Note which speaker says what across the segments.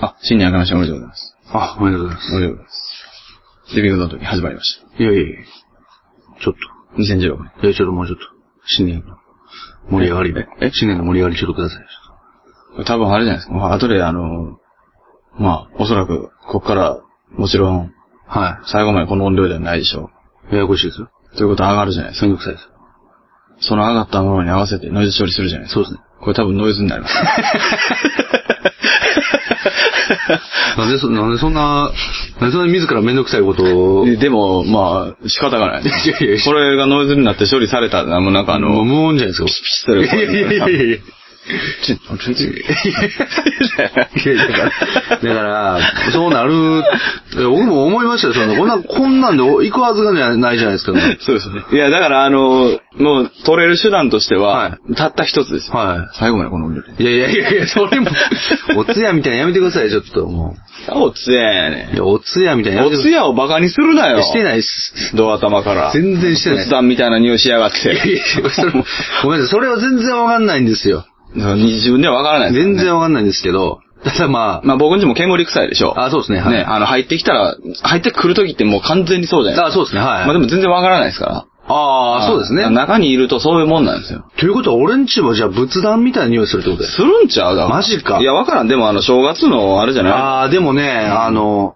Speaker 1: あ、新年明けましておめでとうございます。
Speaker 2: あ、おめでとうございま
Speaker 1: おめでとうございます。デビューの時始まりまし。
Speaker 2: す。いやいやいやちょった
Speaker 1: 2016年。
Speaker 2: と。いや、ちょっともうちょっと。新年の盛り上がり
Speaker 1: ええ
Speaker 2: 新年の盛り上がりちょっとください。
Speaker 1: これ多分あれじゃないですか。まあ、後であの、まあ、おそらく、こっから、もちろん、
Speaker 2: は
Speaker 1: 最後までこの音量ではないでしょ
Speaker 2: い。ややこしいですよ。
Speaker 1: う。ということは上がるじゃないです
Speaker 2: めんどくさいですよ。
Speaker 1: か。その上がったものに合わせてノイズ処理するじゃないですか。
Speaker 2: そうですね。
Speaker 1: これ多分ノイズになります。
Speaker 2: なんでそ、なんでそんな、なんでそんな自らめんどくさいことを、
Speaker 1: ででも、まあ、仕方がない。
Speaker 2: やいや
Speaker 1: これがノイズになって処理されたら、もうなんかあ
Speaker 2: あ
Speaker 1: の、
Speaker 2: の、無音じゃないですか。
Speaker 1: ピシッと
Speaker 2: い
Speaker 1: る
Speaker 2: やいやいやいやいや。
Speaker 1: ちょっとちょっと
Speaker 2: いやだから、だから、そうなる、いや僕も思いましたよ、その、こんな、こんなんで行くはずがないじゃないですか、 ね。
Speaker 1: そうですね。いや、だから、あの、もう、取れる手段としては、
Speaker 2: は
Speaker 1: たった一つですよ。
Speaker 2: は
Speaker 1: 最後までこの音量で。
Speaker 2: い。いやいやいやいや、それも、お通夜みたいなのやめてください、ちょっと、も
Speaker 1: おつやや
Speaker 2: う。い
Speaker 1: ね
Speaker 2: や、お通夜みたいなの
Speaker 1: ん。
Speaker 2: やめ
Speaker 1: お
Speaker 2: て
Speaker 1: つ
Speaker 2: くだ
Speaker 1: やをバカにするな
Speaker 2: さ
Speaker 1: よ。
Speaker 2: い。して
Speaker 1: い。
Speaker 2: ないっす。
Speaker 1: ドア玉から。
Speaker 2: 全然してない
Speaker 1: 仏壇みたいな匂いしやがっ
Speaker 2: いやい
Speaker 1: て。
Speaker 2: や それごめんなさい、それは全然わかんないんですよ。
Speaker 1: そう 自分ではわからないです、
Speaker 2: 全。然わかんないんですけど、ただま
Speaker 1: まあ、僕んちも煙臭いでしょ。
Speaker 2: あ、あ、そうですね、はい。
Speaker 1: ね、あの、入ってきたら、入ってくるときってもう完全にそうじゃない
Speaker 2: あ、そうですね、はい。
Speaker 1: まあ、でも全然わからないですから。
Speaker 2: ああ、そうですね。
Speaker 1: 中にいるとそういうもんなんですよ。
Speaker 2: ということは、俺んちはじゃあ仏壇みたいな匂いするってことです
Speaker 1: するんちゃうだから
Speaker 2: マジか
Speaker 1: いや、わからん。でも、あの、正月の、あれじゃない
Speaker 2: ああ、でもね、あの、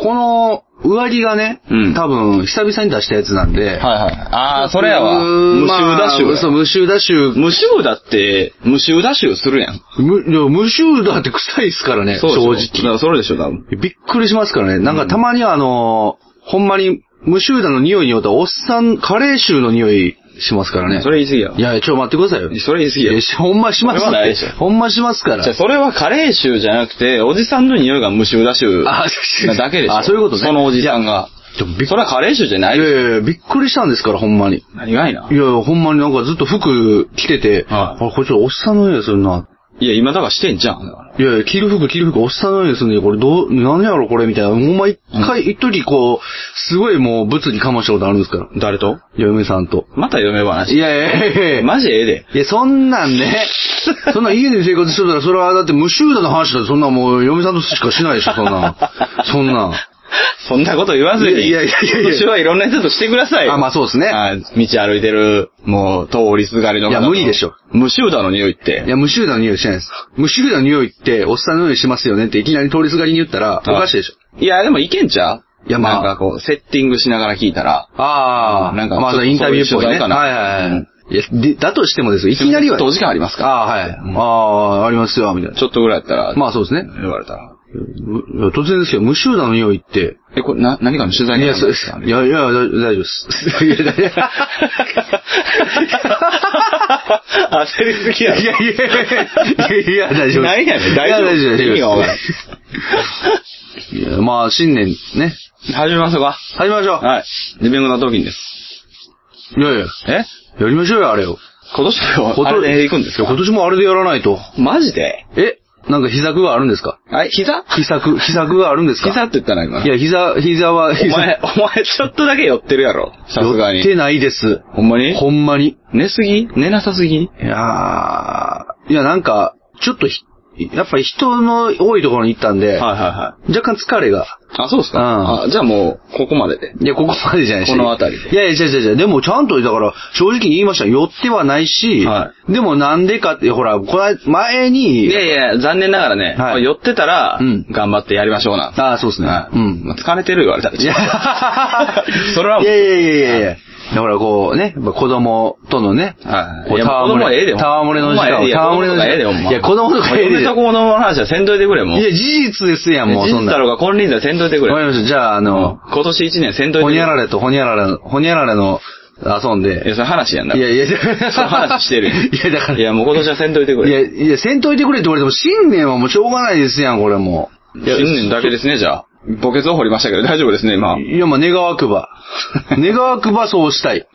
Speaker 2: この上着がね、
Speaker 1: うん
Speaker 2: 多分久々に出したやつなんで、
Speaker 1: はいはい。ああ、それやわ。
Speaker 2: うーん
Speaker 1: 無臭ダッシュ
Speaker 2: まあそう、
Speaker 1: や。
Speaker 2: 無臭ダッシュ。
Speaker 1: 無臭だって、無臭ダッシュするやん。
Speaker 2: 無いや無臭だって臭いですからね、正
Speaker 1: そうでしょだか
Speaker 2: 直。
Speaker 1: らそれでしょ、多分。
Speaker 2: びっくりしますからね。なんかたまにあの、ほんまに無臭だの匂いによってはおっさん、カレー臭の匂いしますからね。
Speaker 1: それ言い過ぎやわ
Speaker 2: い。やいや、ちょ、待ってくださいよ。
Speaker 1: それ言い過ぎや
Speaker 2: い
Speaker 1: わ
Speaker 2: や。しほんまします
Speaker 1: それはないでしょ
Speaker 2: ほんましますから
Speaker 1: じゃあ。それはカレー臭じゃなくて、おじさんの匂いが無臭ダッシュ
Speaker 2: あ
Speaker 1: なだけでしょ。
Speaker 2: あそういうことね
Speaker 1: そのおじさんが。
Speaker 2: でもびっ
Speaker 1: それはカレー臭じゃない
Speaker 2: い
Speaker 1: で
Speaker 2: や
Speaker 1: し
Speaker 2: いやいや、びっくりしたんですから、ほんまに。
Speaker 1: ょ。何がいない
Speaker 2: やいや、ほんまになんかずっと服着てて、
Speaker 1: はい
Speaker 2: あれこれちょっとおっさんの匂いするな。
Speaker 1: いや、今だからしてんじゃん。だから
Speaker 2: いやいや、着る服着る服おっさんの匂いするね。これどう、何やろこれみたいな。ほんま一回、一時こう、すごいもう物にかましたことあるんですから。
Speaker 1: 誰と
Speaker 2: 嫁さんと。
Speaker 1: また嫁話。
Speaker 2: いやいやいやいや。
Speaker 1: マジええで。
Speaker 2: いや、そんなんね。そんなん家で生活してたら、それはだって無臭だの話だってそんなんもう嫁さんとしかしないでしょ、そんなん。そんなん。
Speaker 1: そんなこと言わずに。
Speaker 2: いやいやいやいや
Speaker 1: 今年はいろんな人としてくださいよ。
Speaker 2: あ、まあそうです ね。
Speaker 1: あ道歩いてる、もう、通りすがりの方と
Speaker 2: いや無理でしょ。
Speaker 1: 無臭だの匂いって。
Speaker 2: いや、無臭だの匂いしないです。無臭だの匂いって、おっさんの匂いしますよねっていきなり通りすがりに言ったら、おかしいでしょ。
Speaker 1: いや、でもいけんちゃう
Speaker 2: いやまあ
Speaker 1: なんかこう、セッティングしながら聞いたら。
Speaker 2: あ
Speaker 1: う
Speaker 2: あ、
Speaker 1: んなんか
Speaker 2: まあ、
Speaker 1: ちょっと
Speaker 2: インタビューっぽい
Speaker 1: そうい
Speaker 2: ね。
Speaker 1: う取材かな
Speaker 2: はいはいは
Speaker 1: う
Speaker 2: い。いや、で、だとしてもですよ。いきなりは。
Speaker 1: ちょっとお時間ありますか
Speaker 2: ああ、はい。ああ、ありますよ、みたいな。
Speaker 1: ちょっとぐらいやったら、
Speaker 2: まあ、そうですね。
Speaker 1: 言われたら。
Speaker 2: むいや突然ですけど、無臭だの匂いって。
Speaker 1: え、これ、な、何かの取材
Speaker 2: い
Speaker 1: に
Speaker 2: や、そう
Speaker 1: で
Speaker 2: ですす
Speaker 1: か。
Speaker 2: いや、いや、大大丈夫です。 いやいやいや
Speaker 1: 焦りすぎやろ。
Speaker 2: いやいやいや、大丈夫です。
Speaker 1: 何やねん大丈夫
Speaker 2: いや大丈夫です。
Speaker 1: 意味がわからん
Speaker 2: いや、まあ、新年ね。
Speaker 1: 始めましょうか。
Speaker 2: 始めましょう。
Speaker 1: はい。リビングの時にです。
Speaker 2: いやいや、
Speaker 1: え
Speaker 2: やりましょうよ、あれを。
Speaker 1: 今年
Speaker 2: 今
Speaker 1: は、
Speaker 2: 年
Speaker 1: あれで行くんです
Speaker 2: いや
Speaker 1: か
Speaker 2: 今年もあれでやらないと。
Speaker 1: マジで
Speaker 2: えなんか秘策があるんですか
Speaker 1: はい、膝
Speaker 2: 秘策、秘策があるんですか
Speaker 1: 膝って言ったな、今。
Speaker 2: いや、膝、膝は、
Speaker 1: お
Speaker 2: 膝、
Speaker 1: 前、お前ちょっとだけ寄ってるやろ。さすが
Speaker 2: 寄って
Speaker 1: に。
Speaker 2: ないです。
Speaker 1: ほんまに
Speaker 2: ほんまに。い
Speaker 1: 寝すぎ寝なさすぎ
Speaker 2: やー、いや、なんか、ちょっとひ、やっぱり人の多いところに行ったんで、
Speaker 1: はいは
Speaker 2: 若干疲れ
Speaker 1: い。
Speaker 2: が。
Speaker 1: あ、そうっすか。
Speaker 2: うん
Speaker 1: あじゃあもう、ここまでで。
Speaker 2: いや、ここまでじゃないし。
Speaker 1: この辺りで
Speaker 2: いやいや、違う違う違う。でもちゃんと、だから、正直に言いました。寄ってはないし、
Speaker 1: は
Speaker 2: でもなんでかって、ほら、この前に、
Speaker 1: いやいや、残念ながらね、
Speaker 2: はい
Speaker 1: 寄ってたら、
Speaker 2: うん
Speaker 1: 頑張ってやりましょうな。
Speaker 2: ああ、そうですね。
Speaker 1: はい
Speaker 2: うん。
Speaker 1: まあ疲れてる言われたら。
Speaker 2: いや
Speaker 1: それはも
Speaker 2: いうやいやいやいやいや。だからこうね、やっぱ子供とのね、
Speaker 1: はい
Speaker 2: こう
Speaker 1: いやもう子
Speaker 2: 戯
Speaker 1: 供はええで
Speaker 2: 戯れの時間
Speaker 1: ほんまええで
Speaker 2: を、戯れの時間。
Speaker 1: いや子供とかええでほんま
Speaker 2: いや、子供とかええで。
Speaker 1: 嫁と子供の話はせんといてくれ、もう。
Speaker 2: いや、事実ですやん、もう、そん
Speaker 1: 人太
Speaker 2: な。わ
Speaker 1: 郎が金輪際せんといてくれ。
Speaker 2: かりました。じゃあ、あの、
Speaker 1: 今年一年せんといて
Speaker 2: ほ
Speaker 1: くれ。
Speaker 2: にゃられとほにゃられの、ほにゃられの遊ん
Speaker 1: いや、
Speaker 2: で。
Speaker 1: それ話やんだ
Speaker 2: いやいや、
Speaker 1: その話してるやん
Speaker 2: いや、だから、
Speaker 1: い
Speaker 2: いや、
Speaker 1: や、もう今年はせんといてくれ。
Speaker 2: いや、せんといてくれって言われても、新年はもうしょうがないですやん、これもう。いや
Speaker 1: 新年だけですね、じゃあ。墓穴を掘りましたけど、大丈夫ですね、今。
Speaker 2: いや、まあ、願わ くば。願わくばそうしたい。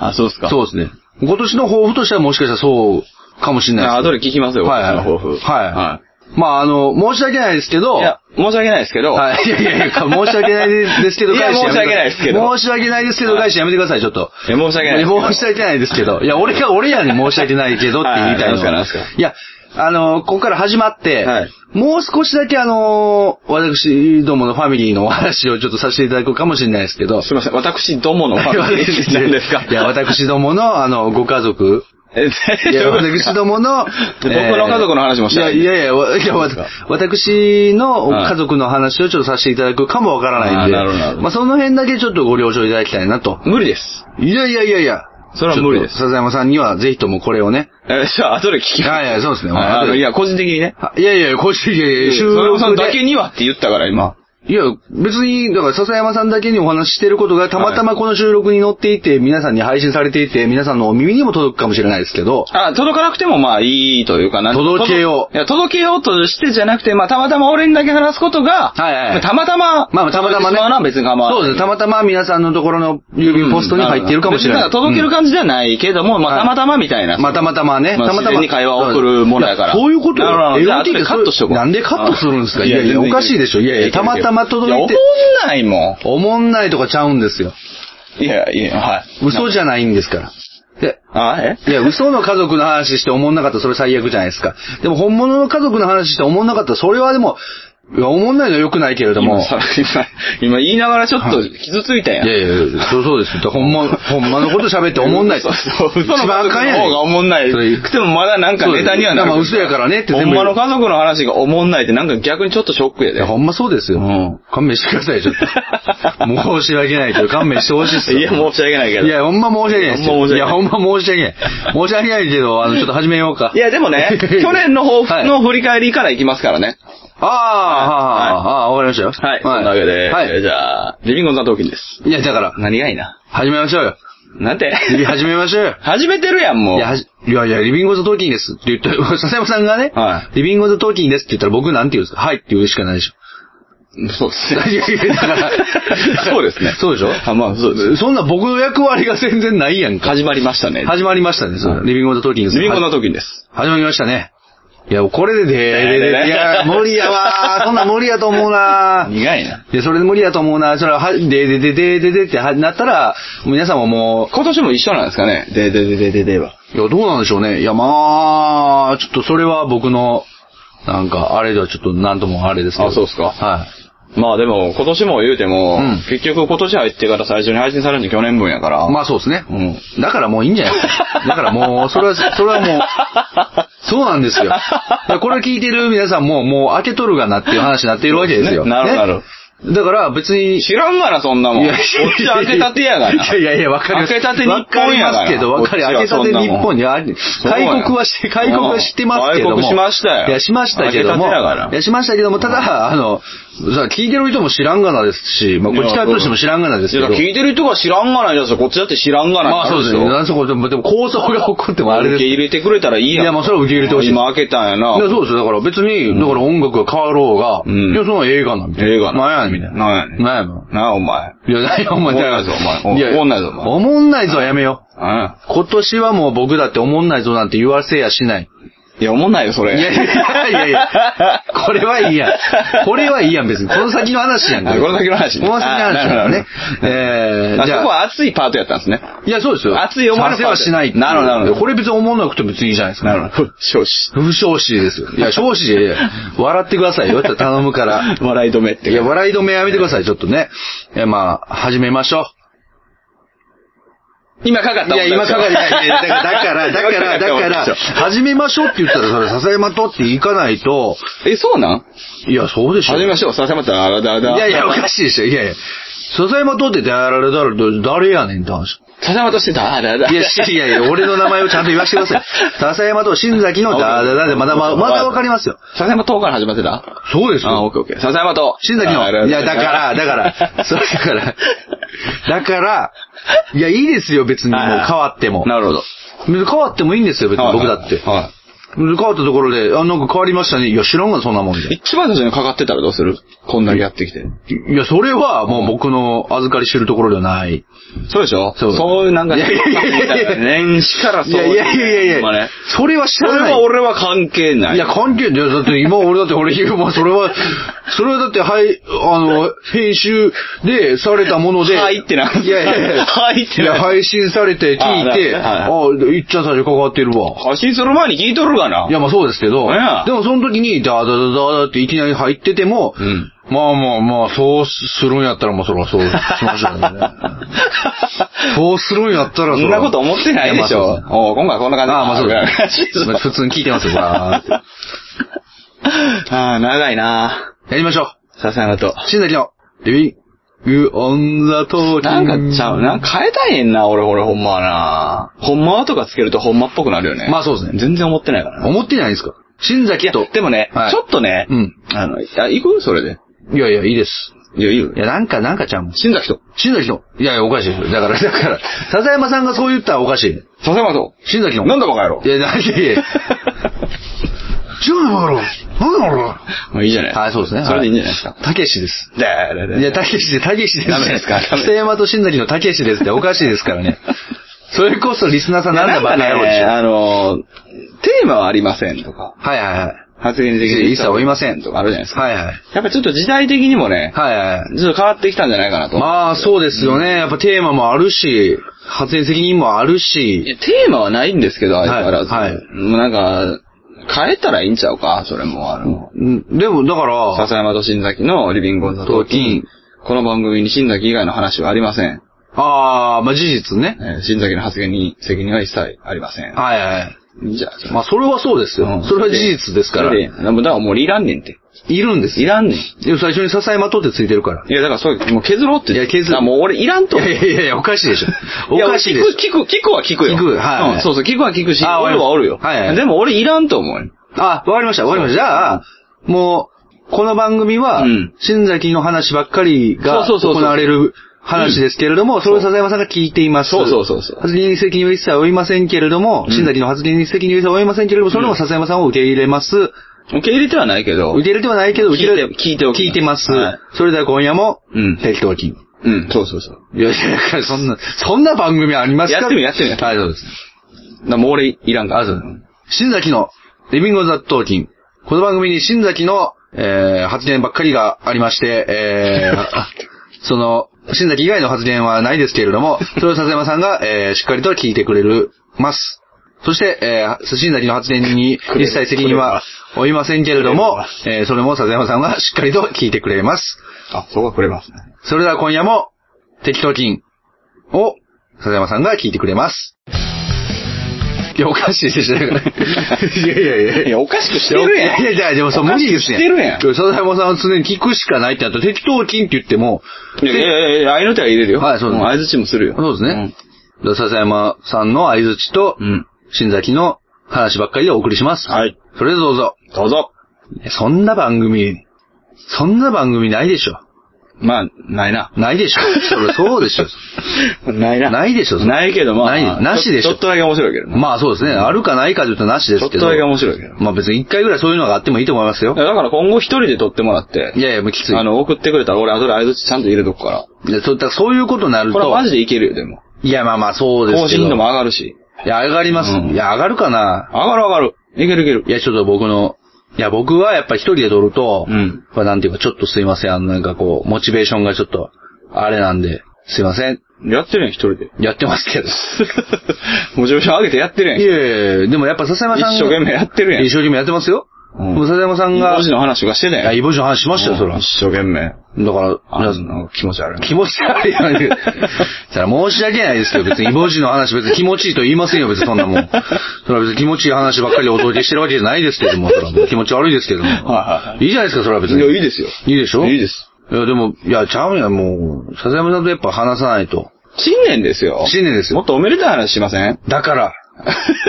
Speaker 1: あ、そうっすか。
Speaker 2: そうですね。今年の抱負としてはもしかしたらそうかもしれ
Speaker 1: あ、
Speaker 2: ないで
Speaker 1: 後で聞きます
Speaker 2: す。
Speaker 1: よ、
Speaker 2: はい
Speaker 1: 今
Speaker 2: はい。
Speaker 1: 年の抱負。
Speaker 2: はい。まあ、あの、申し訳ないですけど、
Speaker 1: いや、申し訳ないですけど、
Speaker 2: はい。いやいやいや、申し訳ないですけ ど、
Speaker 1: いや
Speaker 2: 返してやめてくださ
Speaker 1: 申し訳ないですけど
Speaker 2: 申し訳ないですけど、返してやめてください、ちょっと。
Speaker 1: いや申し訳ないですけど
Speaker 2: 申し訳ないですけど。いや、俺が、俺やに申し訳ないけどって言
Speaker 1: は
Speaker 2: いたいの
Speaker 1: いはいなんすかなんすか
Speaker 2: いや、あの、ここから始まって、
Speaker 1: はい
Speaker 2: もう少しだけあの、私どものファミリーのお話をちょっとさせていただくかもしれないですけど、
Speaker 1: すいません。私どものファミリーなんですか
Speaker 2: いや、私どもの、あの、ご家族。
Speaker 1: え
Speaker 2: いや、私どもの、
Speaker 1: 僕の家族の話もしたい
Speaker 2: い。いやいやいやわいや、わ私の
Speaker 1: はい
Speaker 2: 家族の話をちょっとさせていただくかもわからないんで。
Speaker 1: あーなるほどなるほど
Speaker 2: まあ、その辺だけちょっとご了承いただきたいなと。
Speaker 1: 無理です。
Speaker 2: いやいやいやいや。
Speaker 1: それは無理です
Speaker 2: ちょっと笹山さんにはぜひともこれをね。
Speaker 1: えー、じゃあ、後で聞きます。
Speaker 2: はいはいそうですね
Speaker 1: はい あのいや、個人的にね。
Speaker 2: はいやいやいや、こうして、いやいや、収
Speaker 1: そ
Speaker 2: 録
Speaker 1: の
Speaker 2: で
Speaker 1: さんだけにはって言ったから、今。
Speaker 2: いや、別に、だから、笹山さんだけにお話ししてることが、たまたまこの収録に載っていて、皆さんに配信されていて、皆さんのお耳にも届くかもしれないですけど、
Speaker 1: あ、届かなくてもまあいいというかなん
Speaker 2: 届けよう
Speaker 1: 届いや、届けようとしてじゃなくて、まあたまたま俺にだけ話すことが、
Speaker 2: はいはいはい
Speaker 1: たまたま、
Speaker 2: まあ、たまたま
Speaker 1: 届いて
Speaker 2: ね。
Speaker 1: しうのは別に構わない。
Speaker 2: そうですね。たまたま皆さんのところの
Speaker 1: うん
Speaker 2: 郵便ポストに入っているかもしれない。
Speaker 1: 別にだから届ける感じじゃないけども、まあ
Speaker 2: はい
Speaker 1: たまたまみたいな。
Speaker 2: まあたまたまね。
Speaker 1: まあ
Speaker 2: たま
Speaker 1: 自
Speaker 2: た
Speaker 1: 然
Speaker 2: ま。
Speaker 1: に会話を送るものやから
Speaker 2: いそういうことよ
Speaker 1: なるほど
Speaker 2: エ
Speaker 1: じゃあ
Speaker 2: ロティック
Speaker 1: 後でカットしとこう
Speaker 2: なんでカットするんですかいやいや、おかしいでしょ。いやいや、たまたま届い
Speaker 1: い
Speaker 2: て
Speaker 1: や、、怒んないも
Speaker 2: おもんないとかちゃうんですよ。
Speaker 1: ん。いや、いや、はい。
Speaker 2: 嘘じゃないんですから。で、
Speaker 1: あ、え
Speaker 2: いや、嘘の家族の話して思んなかったらそれ最悪じゃないですか。でも本物の家族の話して思んなかったらそれはでも、いや、思んないのは良くないけれども。
Speaker 1: 今さ、今、今言いながらちょっと傷ついたやん。
Speaker 2: いやいやいや、そうそうですよ。ほんま、ほんまのこと喋って思んないと。
Speaker 1: そうそう、嘘の
Speaker 2: 一番あ
Speaker 1: 家
Speaker 2: か
Speaker 1: 族
Speaker 2: ん
Speaker 1: の
Speaker 2: やん
Speaker 1: 方がおもんない。
Speaker 2: それ
Speaker 1: くてもまだなんかネタにはなる。
Speaker 2: そうですまあ嘘やからねって全
Speaker 1: ほ
Speaker 2: 部
Speaker 1: んまの家族の話がおもんないってなんか逆にちょっとショックや
Speaker 2: い
Speaker 1: で
Speaker 2: や、。ほんまそうですよ。
Speaker 1: ん
Speaker 2: 勘弁してください、ちょっ と。もう申し訳ないけど、勘弁してほしいっすよ。
Speaker 1: いや、申し訳ないけど。
Speaker 2: いや、ほんま申し訳ないですよ。いや、
Speaker 1: ほ
Speaker 2: ほ
Speaker 1: ん
Speaker 2: んま申し訳ない。申し訳ないけど、あの、ちょっと始めようか。
Speaker 1: いや、でも ね、去年の抱負
Speaker 2: はい
Speaker 1: の振り返りからいきますからね。
Speaker 2: ああ、ああ、ああ、わかりましたよ。
Speaker 1: はい。そんなわけで、
Speaker 2: はい。
Speaker 1: じゃあ、リビングの座頭筋です。
Speaker 2: いや、だから、
Speaker 1: 何がいいな。
Speaker 2: 始めましょうよ。
Speaker 1: なんて
Speaker 2: い や始めましょうよ。
Speaker 1: 始めてるやん、も。
Speaker 2: いうや、はじいやいや、リビング・ザ・トーキングですって言 ったら、笹山さんがね、
Speaker 1: は
Speaker 2: リビング・ザ・トーキングですって言ったら僕なんて言うんですかはいって言うしかないでしょ。
Speaker 1: そうです
Speaker 2: い
Speaker 1: ね。
Speaker 2: やいや、だから、
Speaker 1: そうですね。
Speaker 2: そうでしょ
Speaker 1: あ、まあ、そうです。
Speaker 2: そんな僕の役割が全然ないやんか。
Speaker 1: 始まりましたね。
Speaker 2: 始まりましたね、そう
Speaker 1: はい
Speaker 2: リビング・ザ・トーキングです。
Speaker 1: リビングの座頭筋です。
Speaker 2: 始まりましたね。いや、これでで、でで でいや、無理やわー。そんなん無理やと思うなー。
Speaker 1: 苦いな。
Speaker 2: いや、それで無理やと思うなー。それは、はででででででってはなったら、皆さんもも
Speaker 1: 今年も一緒なんですかね。で、で、で、で、で、では。
Speaker 2: う、いや、どうなんでしょうね。いや、まあ、ちょっとそれは僕の、なんか、あれではちょっとなんともあれですけど。
Speaker 1: あそうっすか
Speaker 2: は
Speaker 1: まあでも、今年も言うても、
Speaker 2: うん
Speaker 1: 結局今年入ってから最初に配信されるの去年分やから。
Speaker 2: い。まあそうですね。
Speaker 1: うん。
Speaker 2: だからもういいんじゃないですか。だからもう、それは、それはもう、そうなんですよ。だからこれ聞いてる皆さんも、もう開けとるがなっていう話になっているわけですよ。
Speaker 1: ねなるほどなるほ
Speaker 2: ど。だから別に、
Speaker 1: 知らんがな、そんなもん。
Speaker 2: い
Speaker 1: こ
Speaker 2: や
Speaker 1: っち開けたてやがな。
Speaker 2: いやいやいや、わかります。
Speaker 1: 開けたて日本やから
Speaker 2: わかりますけど、わかり、
Speaker 1: こっち
Speaker 2: 開
Speaker 1: は
Speaker 2: けた
Speaker 1: そ
Speaker 2: て
Speaker 1: んなもん
Speaker 2: 日本にあり、
Speaker 1: そうや
Speaker 2: 開国はして、開国はしてますけども。
Speaker 1: うん開国しましたよ
Speaker 2: いや、しましたけ
Speaker 1: 開
Speaker 2: ども。
Speaker 1: けたてやから
Speaker 2: いや、しましたけども、ただ、あの、さ聞いてる人も知らんがなですし、まあ、こっちからとしても知らんがなです
Speaker 1: い
Speaker 2: けど
Speaker 1: や。聞いてる人が知らんがなじゃん、こっちだって知らんがな。
Speaker 2: まあそうですよ。
Speaker 1: よ。
Speaker 2: なんせこれでも、でも構想が起こってもあれ
Speaker 1: 受
Speaker 2: です
Speaker 1: け入れてくれたらいいやん。
Speaker 2: いやもうそれは受け入れてほしい
Speaker 1: 今開けたんやない
Speaker 2: や。そうですよ。だから別に、だから音楽が変わろうが、
Speaker 1: うん
Speaker 2: いや、その映画なんみたいな。
Speaker 1: 映画
Speaker 2: なんや
Speaker 1: な
Speaker 2: ねん、
Speaker 1: ん
Speaker 2: みたいな。
Speaker 1: なんやねん
Speaker 2: なんやねん。
Speaker 1: なあ、お前。
Speaker 2: いや、なんや、
Speaker 1: お
Speaker 2: お前、
Speaker 1: もんないぞお前おもんないぞお前
Speaker 2: おもんないぞはやめよう。
Speaker 1: うん。
Speaker 2: 今年はもう僕だっておもんないぞなんて言わせやしない。
Speaker 1: いや、思んないよ、それ。
Speaker 2: いやいやいやいやこれはいいやん。これはいいやん、別に。この先の話やん
Speaker 1: あこの先の話
Speaker 2: この先の話やんね。
Speaker 1: あ
Speaker 2: え ー、
Speaker 1: あ
Speaker 2: じ
Speaker 1: そ
Speaker 2: ゃ
Speaker 1: こ
Speaker 2: あ。
Speaker 1: は熱いパートやったんですね。
Speaker 2: いや、そうですよ。
Speaker 1: 熱い思いの
Speaker 2: させはしないっていう。
Speaker 1: なるほどなるほど
Speaker 2: これ別に思んなくても別にいいじゃないですか。
Speaker 1: ほど。少子。
Speaker 2: 不祥事ですよ。いや、少子で、笑ってくださいよ。頼むから。
Speaker 1: 笑い止めって。
Speaker 2: いや、笑い止めやめてください、ちょっとね。いや、まあ、始めましょ
Speaker 1: 今かかっ
Speaker 2: う。
Speaker 1: た
Speaker 2: いや、今かかりない。いやだから、だから、だから、だから、始めましょうって言ったら、それ、笹山とっていかないと、
Speaker 1: え、そうなん
Speaker 2: いや、そうでしょ。
Speaker 1: 始めましょう。させまた、あらだだ。
Speaker 2: いやいや、おかしいでしょ。いやいや。笹山とって誰誰誰誰やねんって話。
Speaker 1: させまとしてた、あらだ。
Speaker 2: いや、しいやいや、俺の名前をちゃんと言わせてください。笹山と新崎のだだだでまだまだ、まだわかりますよ。
Speaker 1: させまとから始まってた
Speaker 2: そうです
Speaker 1: あ、オッケーオッケー。させまと。
Speaker 2: 新崎の。いや、だから、だから、 それだから、だから、いや、いいですよ、別にもう変わっても。
Speaker 1: なるほど。
Speaker 2: 変わってもいいんですよ、別に僕だって。
Speaker 1: は
Speaker 2: 変わったところで、あ、なんか変わりましたね。いや、知らんがなそんなもん
Speaker 1: い。
Speaker 2: で。
Speaker 1: 一番最初にかかってたらどうするこんだけやってきて。
Speaker 2: いや、それはもう僕の預かり知るところではない。
Speaker 1: そうでしょ
Speaker 2: そう
Speaker 1: そういうなんか、
Speaker 2: いやいやいやいや
Speaker 1: 年始から
Speaker 2: い
Speaker 1: そう。
Speaker 2: やいやいやいやい
Speaker 1: まあ
Speaker 2: や
Speaker 1: ね、
Speaker 2: それは知
Speaker 1: そ
Speaker 2: ら
Speaker 1: れ
Speaker 2: ない
Speaker 1: は。俺は関係ない
Speaker 2: い。や、関係ない。だって今俺だって俺、もうそれは、それはだって、はい、あの、編集でされたもので。
Speaker 1: はいってな
Speaker 2: やいやいや。
Speaker 1: はいってな
Speaker 2: や配信されて聞いて、
Speaker 1: あなる
Speaker 2: あ
Speaker 1: ほ
Speaker 2: いっちゃん最初かかってるわ。
Speaker 1: 発信する前に聞いとるがな。
Speaker 2: いや、まあそうですけど
Speaker 1: ねえ、
Speaker 2: でもその時に、ダダダダダっていきなり入ってても、
Speaker 1: うん
Speaker 2: まあまあまあ、そうするんやったら、まあそらそうしましょうよね。 そうするんやったら
Speaker 1: そ
Speaker 2: ら
Speaker 1: んなこと思ってないでし
Speaker 2: やま
Speaker 1: ょ
Speaker 2: あ。そう
Speaker 1: おう今回こんな感じ
Speaker 2: ああ、まあそうです、まあ
Speaker 1: す。
Speaker 2: 普通に聞いてますよ、バーって
Speaker 1: ああ、長いな
Speaker 2: やりましょ
Speaker 1: ささやなと。
Speaker 2: う。新崎の、リビング・オン・ザ・トーキ
Speaker 1: なん
Speaker 2: ング。
Speaker 1: かちゃう、なんか変えたいねんな、俺、俺、ほんまはな。ほんまはとかつけるとほんまっぽくなるよね。
Speaker 2: まあそうですね。
Speaker 1: 全然思ってないからな。
Speaker 2: 思ってないんですか新
Speaker 1: い
Speaker 2: 崎
Speaker 1: や
Speaker 2: と。、
Speaker 1: でもね、
Speaker 2: はい
Speaker 1: ちょっとね、
Speaker 2: うん
Speaker 1: あの、いや、行くそれで。
Speaker 2: いやいや、いいです。
Speaker 1: いや、いいよ
Speaker 2: い。や、なんか、なんかちゃうもん。
Speaker 1: 死んだ人。
Speaker 2: 新崎の。いやいや、おかしいですよ。だから、だから、笹山さんがそう言ったらおかしい。
Speaker 1: 笹山と。
Speaker 2: 新崎の。
Speaker 1: なんだバカ野郎
Speaker 2: い。や、なん で、いやいや。違うのバカ野郎。なんだろ
Speaker 1: まあいいじゃない。
Speaker 2: はい、そうですね。
Speaker 1: それでいいんじゃないですか。
Speaker 2: たけしです。
Speaker 1: だだだ
Speaker 2: いや、たけしで、たけしです。
Speaker 1: ダメですかダメ
Speaker 2: 北山と新崎のたけしですっておかしいですか らね。それこそリスナーさんなんだ
Speaker 1: なん
Speaker 2: バ
Speaker 1: か
Speaker 2: カ
Speaker 1: ね、
Speaker 2: 野郎でしょ。
Speaker 1: あの、テーマはありませんとか、
Speaker 2: はいはいはい。
Speaker 1: 発言的に
Speaker 2: 一切追いません
Speaker 1: とかあるじゃないですか。
Speaker 2: はいはい。
Speaker 1: やっぱちょっと時代的にもね、
Speaker 2: はいはいはい。
Speaker 1: ちょっと変わってきたんじゃないかなと。
Speaker 2: まあ、そうですよね。やっぱテーマもあるし、発言責任もある
Speaker 1: い
Speaker 2: し、
Speaker 1: やテーマはないんですけど、相変わらず。
Speaker 2: はいはい
Speaker 1: もうなんか、変えたらいいんちゃうか、それも。あの、
Speaker 2: うんでも、だから、
Speaker 1: 笹山と新崎のリビングオンザトーキン。この番組に新崎以外の話はありません。
Speaker 2: ああ、まあ事実ね。
Speaker 1: えー新崎の発言に責任は一切ありません。
Speaker 2: はいはい。
Speaker 1: いいじゃあ、
Speaker 2: まあそれはそうですよ。それは事実ですから。
Speaker 1: それ
Speaker 2: い
Speaker 1: でだからもういらんねんって。
Speaker 2: るんです
Speaker 1: い
Speaker 2: よ。
Speaker 1: らんねん。
Speaker 2: でも最初に支えまとってついてるから。
Speaker 1: いや、だからそう、もう削ろうって。
Speaker 2: いや削る
Speaker 1: だからもう俺いらんと
Speaker 2: い。やいやいや、おかしいでしょ。おかしいでしょ。
Speaker 1: や聞く、聞く、聞くは聞くよ。
Speaker 2: 聞くはい
Speaker 1: うんそうそう、聞くは聞くし、
Speaker 2: あ
Speaker 1: おるはおるよ。
Speaker 2: はいはい
Speaker 1: でも俺いらんと思うよ。
Speaker 2: あ、わかりました、わかりました。じゃあ、もう、この番組は
Speaker 1: うん、
Speaker 2: 新崎の話ばっかりが
Speaker 1: そう
Speaker 2: 行
Speaker 1: そうそうそう
Speaker 2: われる話ですけれども、それを笹山さんが聞いています。
Speaker 1: そうそうそうそう
Speaker 2: 発言に責任を一切負いませんけれども、新崎の発言に責任を一切負いませんけれども、それも笹山さんを受け入れます。
Speaker 1: 受け入れてはないけど。
Speaker 2: 受け入れてはないけど、受け入れ
Speaker 1: 聞いて聞いておきます
Speaker 2: 聞いてます
Speaker 1: はい。
Speaker 2: それでは今夜も
Speaker 1: うん、
Speaker 2: 適当金。
Speaker 1: うん、そうそうそう。
Speaker 2: いや、いやだからそんな、そんな番組ありますか
Speaker 1: やってみようやってみよう
Speaker 2: はい、そうです。
Speaker 1: だからもう俺いらんから。
Speaker 2: あ、そう新崎のリビングオンザトーキン。この番組に新崎の、えー、発言ばっかりがありまして、えー あ、その、新崎以外の発言はないですけれども、それを笹山さんが、えー、しっかりと聞いてくれる、ます。そして、えー、新崎の発言に
Speaker 1: くれる
Speaker 2: 一切責任は負いませんけれども、えー、それも笹山さんがしっかりと聞いてくれます。
Speaker 1: あ、そこはくれますね。
Speaker 2: それでは今夜も、適当金を、笹山さんが聞いてくれます。いや、おかしいでしょ、だから。いやいや いや
Speaker 1: い。や、おかしくしてるやん。
Speaker 2: いやいやいや、でもそう、
Speaker 1: おか
Speaker 2: 無
Speaker 1: し
Speaker 2: 理
Speaker 1: く
Speaker 2: です
Speaker 1: し
Speaker 2: ね。
Speaker 1: てるやん。
Speaker 2: 笹山さんは常に聞くしかないってなったら、適当金って言っても、
Speaker 1: いやいやいやいや、合いの手は入れるよ。
Speaker 2: はいそうです
Speaker 1: ん相づちもするよ。
Speaker 2: そうですね。だから笹山さんの相づちと
Speaker 1: う、ん。
Speaker 2: 新崎の話ばっかりでお送りします。
Speaker 1: うん。はい。
Speaker 2: それではどうぞ。
Speaker 1: どうぞ。
Speaker 2: いやそんな番組、そんな番組ないでしょ。
Speaker 1: まあ、ないな。
Speaker 2: ないでしょ。それそうで しょ。
Speaker 1: ないな。
Speaker 2: ないでしょそれ
Speaker 1: ないけど、まあ。
Speaker 2: ないなしでしょ
Speaker 1: ちょっとだけ面白いけどな。
Speaker 2: まあそうですね。あるかないかで言うとなしで
Speaker 1: ちょ
Speaker 2: す
Speaker 1: っ
Speaker 2: け
Speaker 1: と
Speaker 2: ど。
Speaker 1: だけ面白いけど。
Speaker 2: まあ別に一回ぐらいそういうのがあってもいいと思いますよ
Speaker 1: い。やだから今後一人で撮ってもらって
Speaker 2: い、やいや、もうきつい。
Speaker 1: あの、送ってくれたら俺後で相づちちゃんと入れとくから。
Speaker 2: いやそうだからそういうことになる
Speaker 1: これはマジ
Speaker 2: と、
Speaker 1: でいけるよ、でも。
Speaker 2: いやまあまあそうで
Speaker 1: 更
Speaker 2: すけ
Speaker 1: 新
Speaker 2: ど。
Speaker 1: 度も上がるし。
Speaker 2: いや、上がります。
Speaker 1: うん
Speaker 2: いや、上がるかな。
Speaker 1: 上がる上がる。いけるいける。
Speaker 2: いや、ちょっと僕の、いや、僕はやっぱ一人で撮ると、
Speaker 1: うん
Speaker 2: まあなんていうか、ちょっとすいません。あの、なんかこう、モチベーションがちょっと、あれなんで、すいません。
Speaker 1: やってるやん、一人 で。
Speaker 2: やってますけど。
Speaker 1: モチベーション上げてやってるやん
Speaker 2: い。やいやいやでもやっぱ笹山さんが
Speaker 1: 一生懸命やってるやん
Speaker 2: 一生懸命やってますよ。
Speaker 1: うん
Speaker 2: もう笹山さんが、
Speaker 1: 文字の話とかしてた
Speaker 2: いや、
Speaker 1: やん。
Speaker 2: イボジの話しましたよ、そ
Speaker 1: うん
Speaker 2: ら。
Speaker 1: 一生懸命。
Speaker 2: だから、
Speaker 1: あ
Speaker 2: いや
Speaker 1: なんか気持ち悪い。
Speaker 2: 気持ち悪いよね。 そら申し訳ないですけど、別にイボジの話別に気持ちいいと言いませんよ、別にそんなもん。それは別に気持ちいい話ばっかりお届けしてるわけじゃないですけども、それはもう気持ち悪いですけども。
Speaker 1: はいはい
Speaker 2: いじゃないですか、それは別に。
Speaker 1: いやいいですよ
Speaker 2: いいでしょ
Speaker 1: いいです。
Speaker 2: いや、でも、いや、ちゃうやん、もう、笹山さんとやっぱ話さないと。
Speaker 1: 新年ですよ。
Speaker 2: 新年です
Speaker 1: も
Speaker 2: よ
Speaker 1: っ。とおめでたい話しません
Speaker 2: だから、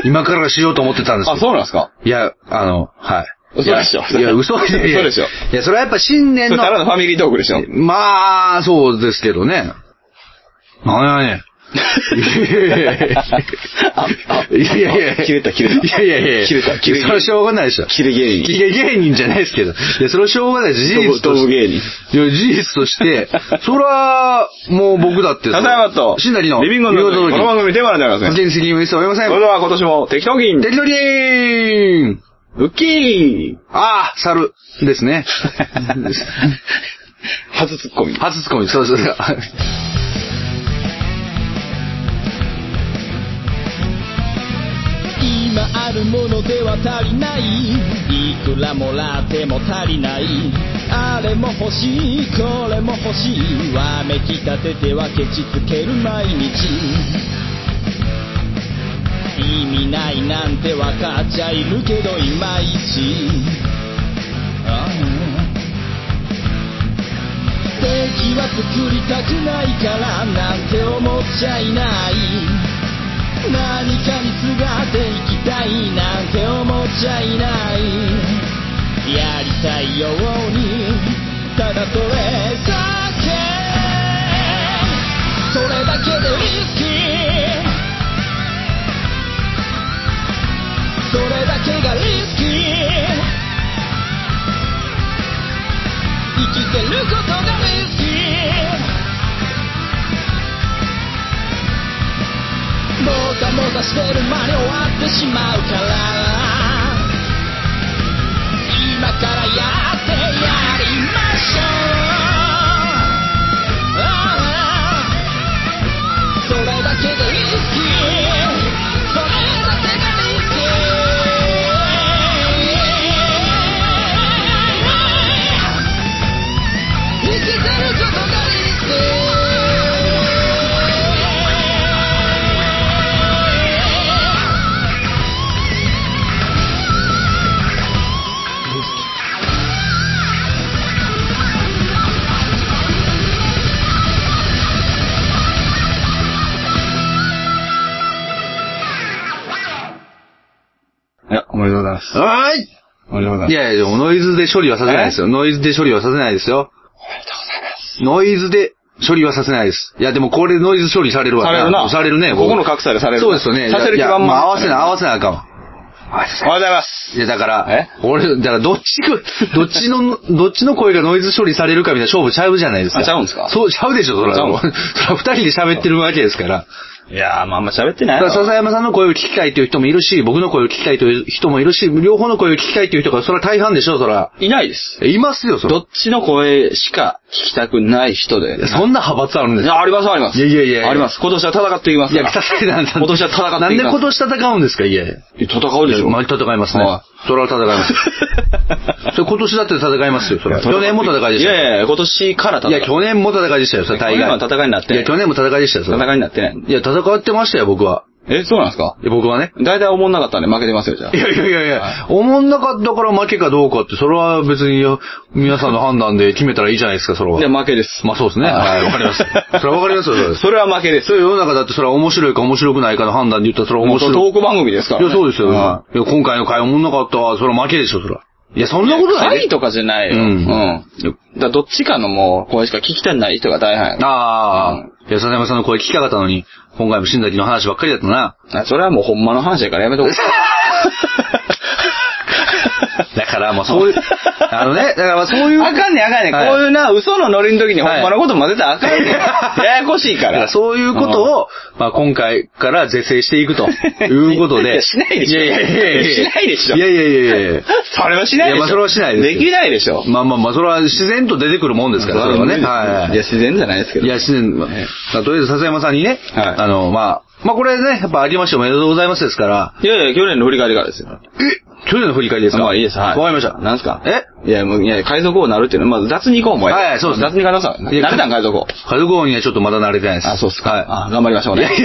Speaker 2: 今からしようと思ってたんです
Speaker 1: あ、
Speaker 2: よ。
Speaker 1: そうなんですか
Speaker 2: いや、あの、はい。
Speaker 1: 嘘でしょ
Speaker 2: いやいや、嘘でしょ。
Speaker 1: 嘘でしょ
Speaker 2: いや、それはやっぱ新
Speaker 1: そ
Speaker 2: 年
Speaker 1: れ
Speaker 2: の
Speaker 1: ただのファミリートークでしょ。
Speaker 2: まあ、そうですけどね。なんやねん。いやいやいや
Speaker 1: あ、あ、
Speaker 2: いやいやいや
Speaker 1: 切れた切れた
Speaker 2: いやいやいやいや
Speaker 1: 切れた切れた
Speaker 2: それはしょうがないでしょ。
Speaker 1: キレ芸人。
Speaker 2: キレ芸人じゃないですけど。いや、それはしょうがない。事
Speaker 1: ト
Speaker 2: 実と
Speaker 1: ブトブ
Speaker 2: して。
Speaker 1: 芸人。
Speaker 2: いや、事実として、そら、もう僕だって。
Speaker 1: ただいまと、
Speaker 2: しんなりの、
Speaker 1: リビングの
Speaker 2: 見
Speaker 1: こ
Speaker 2: 事の時
Speaker 1: の番組テーマになりません。
Speaker 2: 発言責任を一切負えません
Speaker 1: そ。れでは今年も適当議員。
Speaker 2: 適当にーん
Speaker 1: ウッキー
Speaker 2: ああ、猿ですね。
Speaker 1: 初ツッコミ。
Speaker 2: 初ツッコミ、そうそうそう。
Speaker 3: 今あるものでは足りないいくらもらっても足りないあれも欲しいこれも欲しいわめきたててはケチつける毎日意味ないなんてわかっちゃいるけどいまいちああ敵は作りたくないからなんて思っちゃいない何かにすがっていきたいなんて思っちゃいないやりたいようにただそれだけそれだけでリスキーそれだけがリスキー生きてることがリスキーもたもたしてる間に終わってしまうから今からやってやりましょうああそれだけでリスキーそれだけがリスキー生きてることがリスキー
Speaker 1: いや、おめでとうございます。
Speaker 2: はーい
Speaker 1: おめでとうございます。
Speaker 2: いやいや、でもノイズで処理はさせないですよ。ノイズで処理はさせないですよ。おめでとうございます。ノイズで処理はさせないです。いや、でもこれノイズ処理されるわ。
Speaker 1: されるな。
Speaker 2: されるね。
Speaker 1: ここの格差でされる。
Speaker 2: そうですよね。
Speaker 1: させる
Speaker 2: い
Speaker 1: 気
Speaker 2: や
Speaker 1: 満々
Speaker 2: まあ合わせない、合わせないあかんわ。
Speaker 1: おはようございます。
Speaker 2: いや、だから、俺、だから、どっちが、どっちの、どっちの声がノイズ処理されるかみたいな勝負ちゃうじゃないですか。
Speaker 1: あちゃうんですか
Speaker 2: そう、ちゃうでしょ、そら。
Speaker 1: ちゃうの
Speaker 2: そら、二人で喋ってるわけですから。
Speaker 1: いやー、まああんま喋ってな
Speaker 2: だ
Speaker 1: いな
Speaker 2: から、笹山さんの声を聞きたいという人もいるし、僕の声を聞きたいという人もいるし、両方の声を聞きたいという人が、そら大半でしょ、そら。
Speaker 1: いないです。
Speaker 2: いますよ、そ
Speaker 1: ど
Speaker 2: ら。
Speaker 1: っちの声しか聞きたくない人で。
Speaker 2: そんな派閥あるんです
Speaker 1: いやあります、あります。
Speaker 2: いやいやいや
Speaker 1: あります。今年は戦っていきます
Speaker 2: い
Speaker 1: か
Speaker 2: や、
Speaker 1: ら。
Speaker 2: 戦いなん
Speaker 1: 今年は戦っていきます。
Speaker 2: なんで今年戦うんですか、いやい
Speaker 1: い
Speaker 2: や。
Speaker 1: や戦うでしょ。
Speaker 2: まあ、戦いますね
Speaker 1: は。
Speaker 2: それは戦います。 それ今年だって戦いますよ、それは。去年も戦いでし
Speaker 1: い
Speaker 2: たよ。
Speaker 1: やいや、今年から戦。
Speaker 2: いうや、去年も戦いでしたよ、それ大概。
Speaker 1: 去年は戦いになって
Speaker 2: いや、去年も戦いでしたよ、それ。
Speaker 1: 戦いになってない。
Speaker 2: いや、戦ってましたよ、僕は。
Speaker 1: え、そうなんですか
Speaker 2: いや僕はね。
Speaker 1: 大体おもんなかったんで負けてますよ、じゃあ
Speaker 2: い。やいやいやいや、思んなかったから負けかどうかって、それは別によ皆さんの判断で決めたらいいじゃないですか、それは。
Speaker 1: いや、負けです。
Speaker 2: まあそうですね。
Speaker 1: はい
Speaker 2: はい、わかります。それはわかりますよ、それは。
Speaker 1: それは負けです。
Speaker 2: それ世の中だってそれは面白いか面白くないかの判断で言ったらそれは面
Speaker 1: もう
Speaker 2: 白い。
Speaker 1: トーク番組ですから、
Speaker 2: い
Speaker 1: ね。
Speaker 2: や、そうですよ。
Speaker 1: ん
Speaker 2: いや、今回の会おもんなかったわ。それは負けでしょ、それは。いや、そんなことない。
Speaker 1: 会とかじゃないよ。
Speaker 2: うん
Speaker 1: うん。だからどっちかのもう、声しか聞きたくない人が大半やろ
Speaker 2: ああ、いや、笹山さんの声聞きたかったのに、今回も新崎の話ばっかりだったな。
Speaker 1: あそれはもうほんまの話やからやめとこう。
Speaker 2: だから、まあそう いう、あのね、だからまあそういう。
Speaker 1: あかんねんあかんねん。
Speaker 2: はい
Speaker 1: こういうな、嘘のノリの時にほ
Speaker 2: はい
Speaker 1: んまのこと混ぜたらあかんねん。 ややこしいか。
Speaker 2: だかららそういうことを、まあ今回から是正していくということで。
Speaker 1: いや しないでしょ
Speaker 2: いやいやいやいや
Speaker 1: しないでしょ
Speaker 2: いやいやいやいやいや
Speaker 1: それはしないでしょ。
Speaker 2: いやまあそれはしないですよ
Speaker 1: できないでしょ。
Speaker 2: まあまあまあ、それは自然と出てくるもんですから、それはね。はい。
Speaker 1: いや、自然じゃないですけど。
Speaker 2: いや、自然、まあ
Speaker 1: え
Speaker 2: まあとりあえず笹山さんにね、
Speaker 1: はい
Speaker 2: あの、まあ、まあこれね、やっぱありましておめでとうございますですから、
Speaker 1: いやいや、去年の振り返りからですよ。
Speaker 2: え去年の振り返りですか
Speaker 1: まあいいです。はい。
Speaker 2: わかりました。
Speaker 1: なんすか
Speaker 2: え
Speaker 1: いや、もう、いや、海賊王なるっていうのは、まず雑に行こう、もう。
Speaker 2: はいはいそうですね
Speaker 1: 雑に行かなさい。な
Speaker 2: や
Speaker 1: れたん、海賊王。
Speaker 2: 家族王にはちょっとまだ慣れてないです。
Speaker 1: あ、そうっすか。
Speaker 2: は。
Speaker 1: あ、頑張りましょうね。はい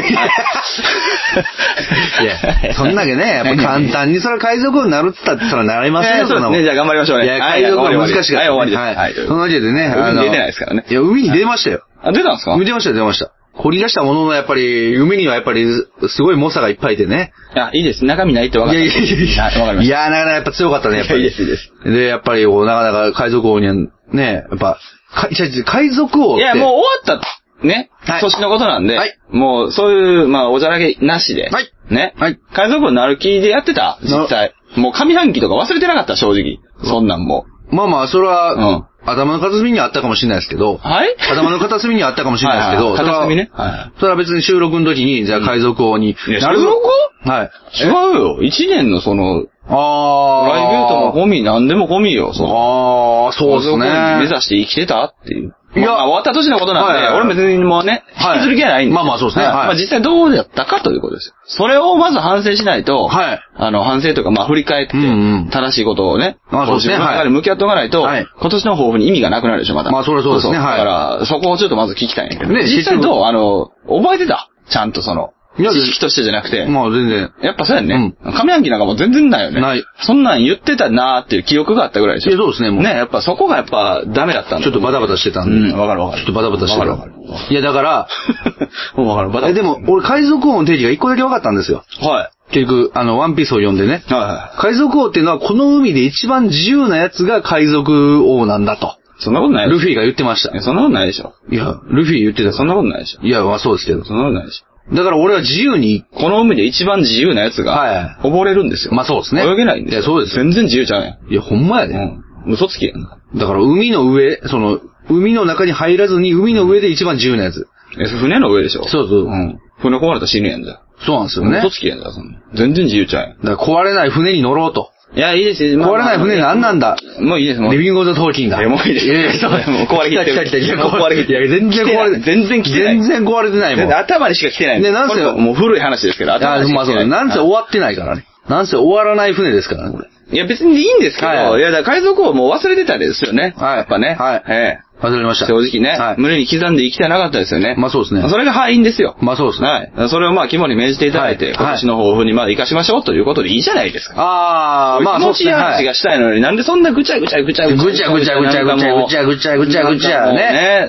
Speaker 2: いや、そんだけね、やっぱ簡単にそれは海賊王になるって言ったら、それはなりません
Speaker 1: え
Speaker 2: よ、
Speaker 1: ーそうんで
Speaker 2: な
Speaker 1: す
Speaker 2: もん
Speaker 1: ね。じゃあ頑張りましょうね。
Speaker 2: いや、海賊王は難しかった。
Speaker 1: はい、終わりです。は、
Speaker 2: はいい。
Speaker 1: 終わりですはい
Speaker 2: そのわけでね、
Speaker 1: 海
Speaker 2: あの
Speaker 1: に出てないですからね
Speaker 2: い。や、海に出ましたよ。
Speaker 1: あ、出たんですか
Speaker 2: 海出ましたよ、出ました。掘り出したものの、やっぱり、海にはやっぱり、すごい猛者がいっぱいいてね。
Speaker 1: あ、いいです。中身ないって分か
Speaker 2: い
Speaker 1: った。
Speaker 2: やいやいやいや。
Speaker 1: はいわかりま
Speaker 2: い
Speaker 1: し
Speaker 2: や、なかなかやっぱ強かったね、やっぱり。
Speaker 1: いやいいですいいです。
Speaker 2: で、やっぱり、こうなかなか海賊王には、ね、やっぱ、かいやいや海賊王ったて。
Speaker 1: いや、もう終わった、ね
Speaker 2: はい。
Speaker 1: 年のことなんで
Speaker 2: はい、
Speaker 1: もう、そういう、まあ、おじゃらけなしで
Speaker 2: はい、
Speaker 1: ね
Speaker 2: はい。
Speaker 1: 海賊王なる気でやってた、実際。もう上半期とか忘れてなかった、正直。そんなんもう。
Speaker 2: まあまあ、それは、
Speaker 1: うん
Speaker 2: 頭の片隅にはあったかもしれないですけど、
Speaker 1: はい
Speaker 2: 頭の片隅にはあったかもしれないですけど、
Speaker 1: はいはいはい片隅ね
Speaker 2: それは
Speaker 1: はいはい
Speaker 2: それは別に収録の時に、じゃあ海賊王に、
Speaker 1: いや
Speaker 2: なる
Speaker 1: 収録
Speaker 2: はい。
Speaker 1: 違うよ。一年のその、
Speaker 2: あ
Speaker 1: ライブ言うともゴミ、なんでもゴミよ、そう。
Speaker 2: ああ、そうですね。
Speaker 1: 目指して生きてたっていう。
Speaker 2: いや
Speaker 1: まあ、終わった年のことなんで、
Speaker 2: はいはいはい
Speaker 1: 俺も別にもうね、
Speaker 2: はい
Speaker 1: 引きずる気はないんで。
Speaker 2: まあまあそうですね
Speaker 1: はい
Speaker 2: はい
Speaker 1: まあ実際どうだったかということですよ。それをまず反省しないと、
Speaker 2: はい
Speaker 1: あの、反省というか、まあ振り返って、
Speaker 2: うんうん
Speaker 1: 正しいことをね、
Speaker 2: まあそうですね
Speaker 1: こ自分の中で向き合っておかないと、
Speaker 2: はい
Speaker 1: 今年の抱負に意味がなくなるでしょ、また。
Speaker 2: まあそりゃそうですね
Speaker 1: だ
Speaker 2: はい
Speaker 1: から、そこをちょっとまず聞きたいんやけど。
Speaker 2: ね
Speaker 1: 実際
Speaker 2: 結局
Speaker 1: どうあの、覚えてたちゃんとその、
Speaker 2: い
Speaker 1: 知
Speaker 2: や
Speaker 1: 識としてじゃなくて。
Speaker 2: まあ全然。
Speaker 1: やっぱそうやんね。上半期なんかもう全然ないよね。
Speaker 2: ない。
Speaker 1: そんなん言ってたなーっていう記憶があったぐらいでしょ。
Speaker 2: いやそうですねもう
Speaker 1: ね、やっぱそこがやっぱダメだったんだ
Speaker 2: ちょっとバタバタしてたんで。
Speaker 1: うんわかるわかる
Speaker 2: ちょっとバタバタしてた。
Speaker 1: わかるわかるわか
Speaker 2: いや、だから、
Speaker 1: もうわかる、バタ
Speaker 2: え、でも、俺、海賊王の定義が一個だけ分かったんですよ。
Speaker 1: は
Speaker 2: 結局、あの、ワンピースを読んでね。
Speaker 1: い。はいは
Speaker 2: 海賊王っていうのは、この海で一番自由なやつが海賊王なんだと。
Speaker 1: い。そんなことない
Speaker 2: ル
Speaker 1: フ
Speaker 2: フィが言ってました。
Speaker 1: ィ。そんなことないでしょ。
Speaker 2: いや、ルフィ言ってた。
Speaker 1: そんなことないでしょ。
Speaker 2: いや、まあそうですけど。
Speaker 1: そんなことないでしょ。
Speaker 2: だから俺は自由に、
Speaker 1: この海で一番自由なやつ
Speaker 2: は
Speaker 1: が、溺れるんですよ。
Speaker 2: まあそうですね。
Speaker 1: 泳げないんですよ。
Speaker 2: いや、そうですよ。
Speaker 1: 全然自由ちゃうやん。
Speaker 2: いや、ほんまやで。
Speaker 1: うん。嘘つきやん。
Speaker 2: だから海の上、その、海の中に入らずに、海の上で一番自由なやつ。
Speaker 1: え、船の上でしょ。
Speaker 2: そうそう
Speaker 1: うん。船壊れたら死ぬやんじゃん。
Speaker 2: そうなんですよね。
Speaker 1: 嘘つきやんじゃん、そんな。全然自由ちゃうやん。
Speaker 2: だから壊れない船に乗ろうと。
Speaker 1: いや、いいですよ。
Speaker 2: 壊れない船なんなんだ
Speaker 1: もういいです、もう。
Speaker 2: リビング・オブ・ザ・トーキンだ。
Speaker 1: えもういいです
Speaker 2: いやいや
Speaker 1: そうだよもう壊れきってる
Speaker 2: 来た来た来た。いや
Speaker 1: もう壊れきってる
Speaker 2: いや、全然壊れて
Speaker 1: 全然来てない
Speaker 2: 全然壊れてないもん。
Speaker 1: 全然頭にしか来てない
Speaker 2: ねなんせ
Speaker 1: これもう古い話ですけど、頭
Speaker 2: あ
Speaker 1: にし
Speaker 2: ま
Speaker 1: か来
Speaker 2: あそ
Speaker 1: て
Speaker 2: う
Speaker 1: な
Speaker 2: だ。
Speaker 1: い。
Speaker 2: なんせ終わってないからね。なんせ終わらない船ですからね、これ。
Speaker 1: いや、別にいいんですけど、
Speaker 2: はい
Speaker 1: い、や、だから海賊王もう忘れてたですよね。
Speaker 2: はい
Speaker 1: やっぱね。
Speaker 2: はい
Speaker 1: え
Speaker 2: 忘れま
Speaker 1: え
Speaker 2: した。
Speaker 1: 正直ね、
Speaker 2: はい。
Speaker 1: 胸に刻んで生きてなかったですよね。
Speaker 2: まあそうですね
Speaker 1: それが敗因ですよ。
Speaker 2: まあそうですね。
Speaker 1: はい。それをまあ肝に銘じていただいて、
Speaker 2: はい
Speaker 1: 今年の抱負にまあ生かしましょうということでいいじゃないですか。
Speaker 2: あー、まあ
Speaker 1: 気
Speaker 2: そう
Speaker 1: 持
Speaker 2: で
Speaker 1: ち
Speaker 2: す
Speaker 1: いい
Speaker 2: ね。
Speaker 1: 話がしたいのに、なんでそんなぐちゃぐちゃぐちゃ
Speaker 2: ぐちゃぐちゃぐちゃぐちゃぐちゃぐちゃぐちゃぐちゃね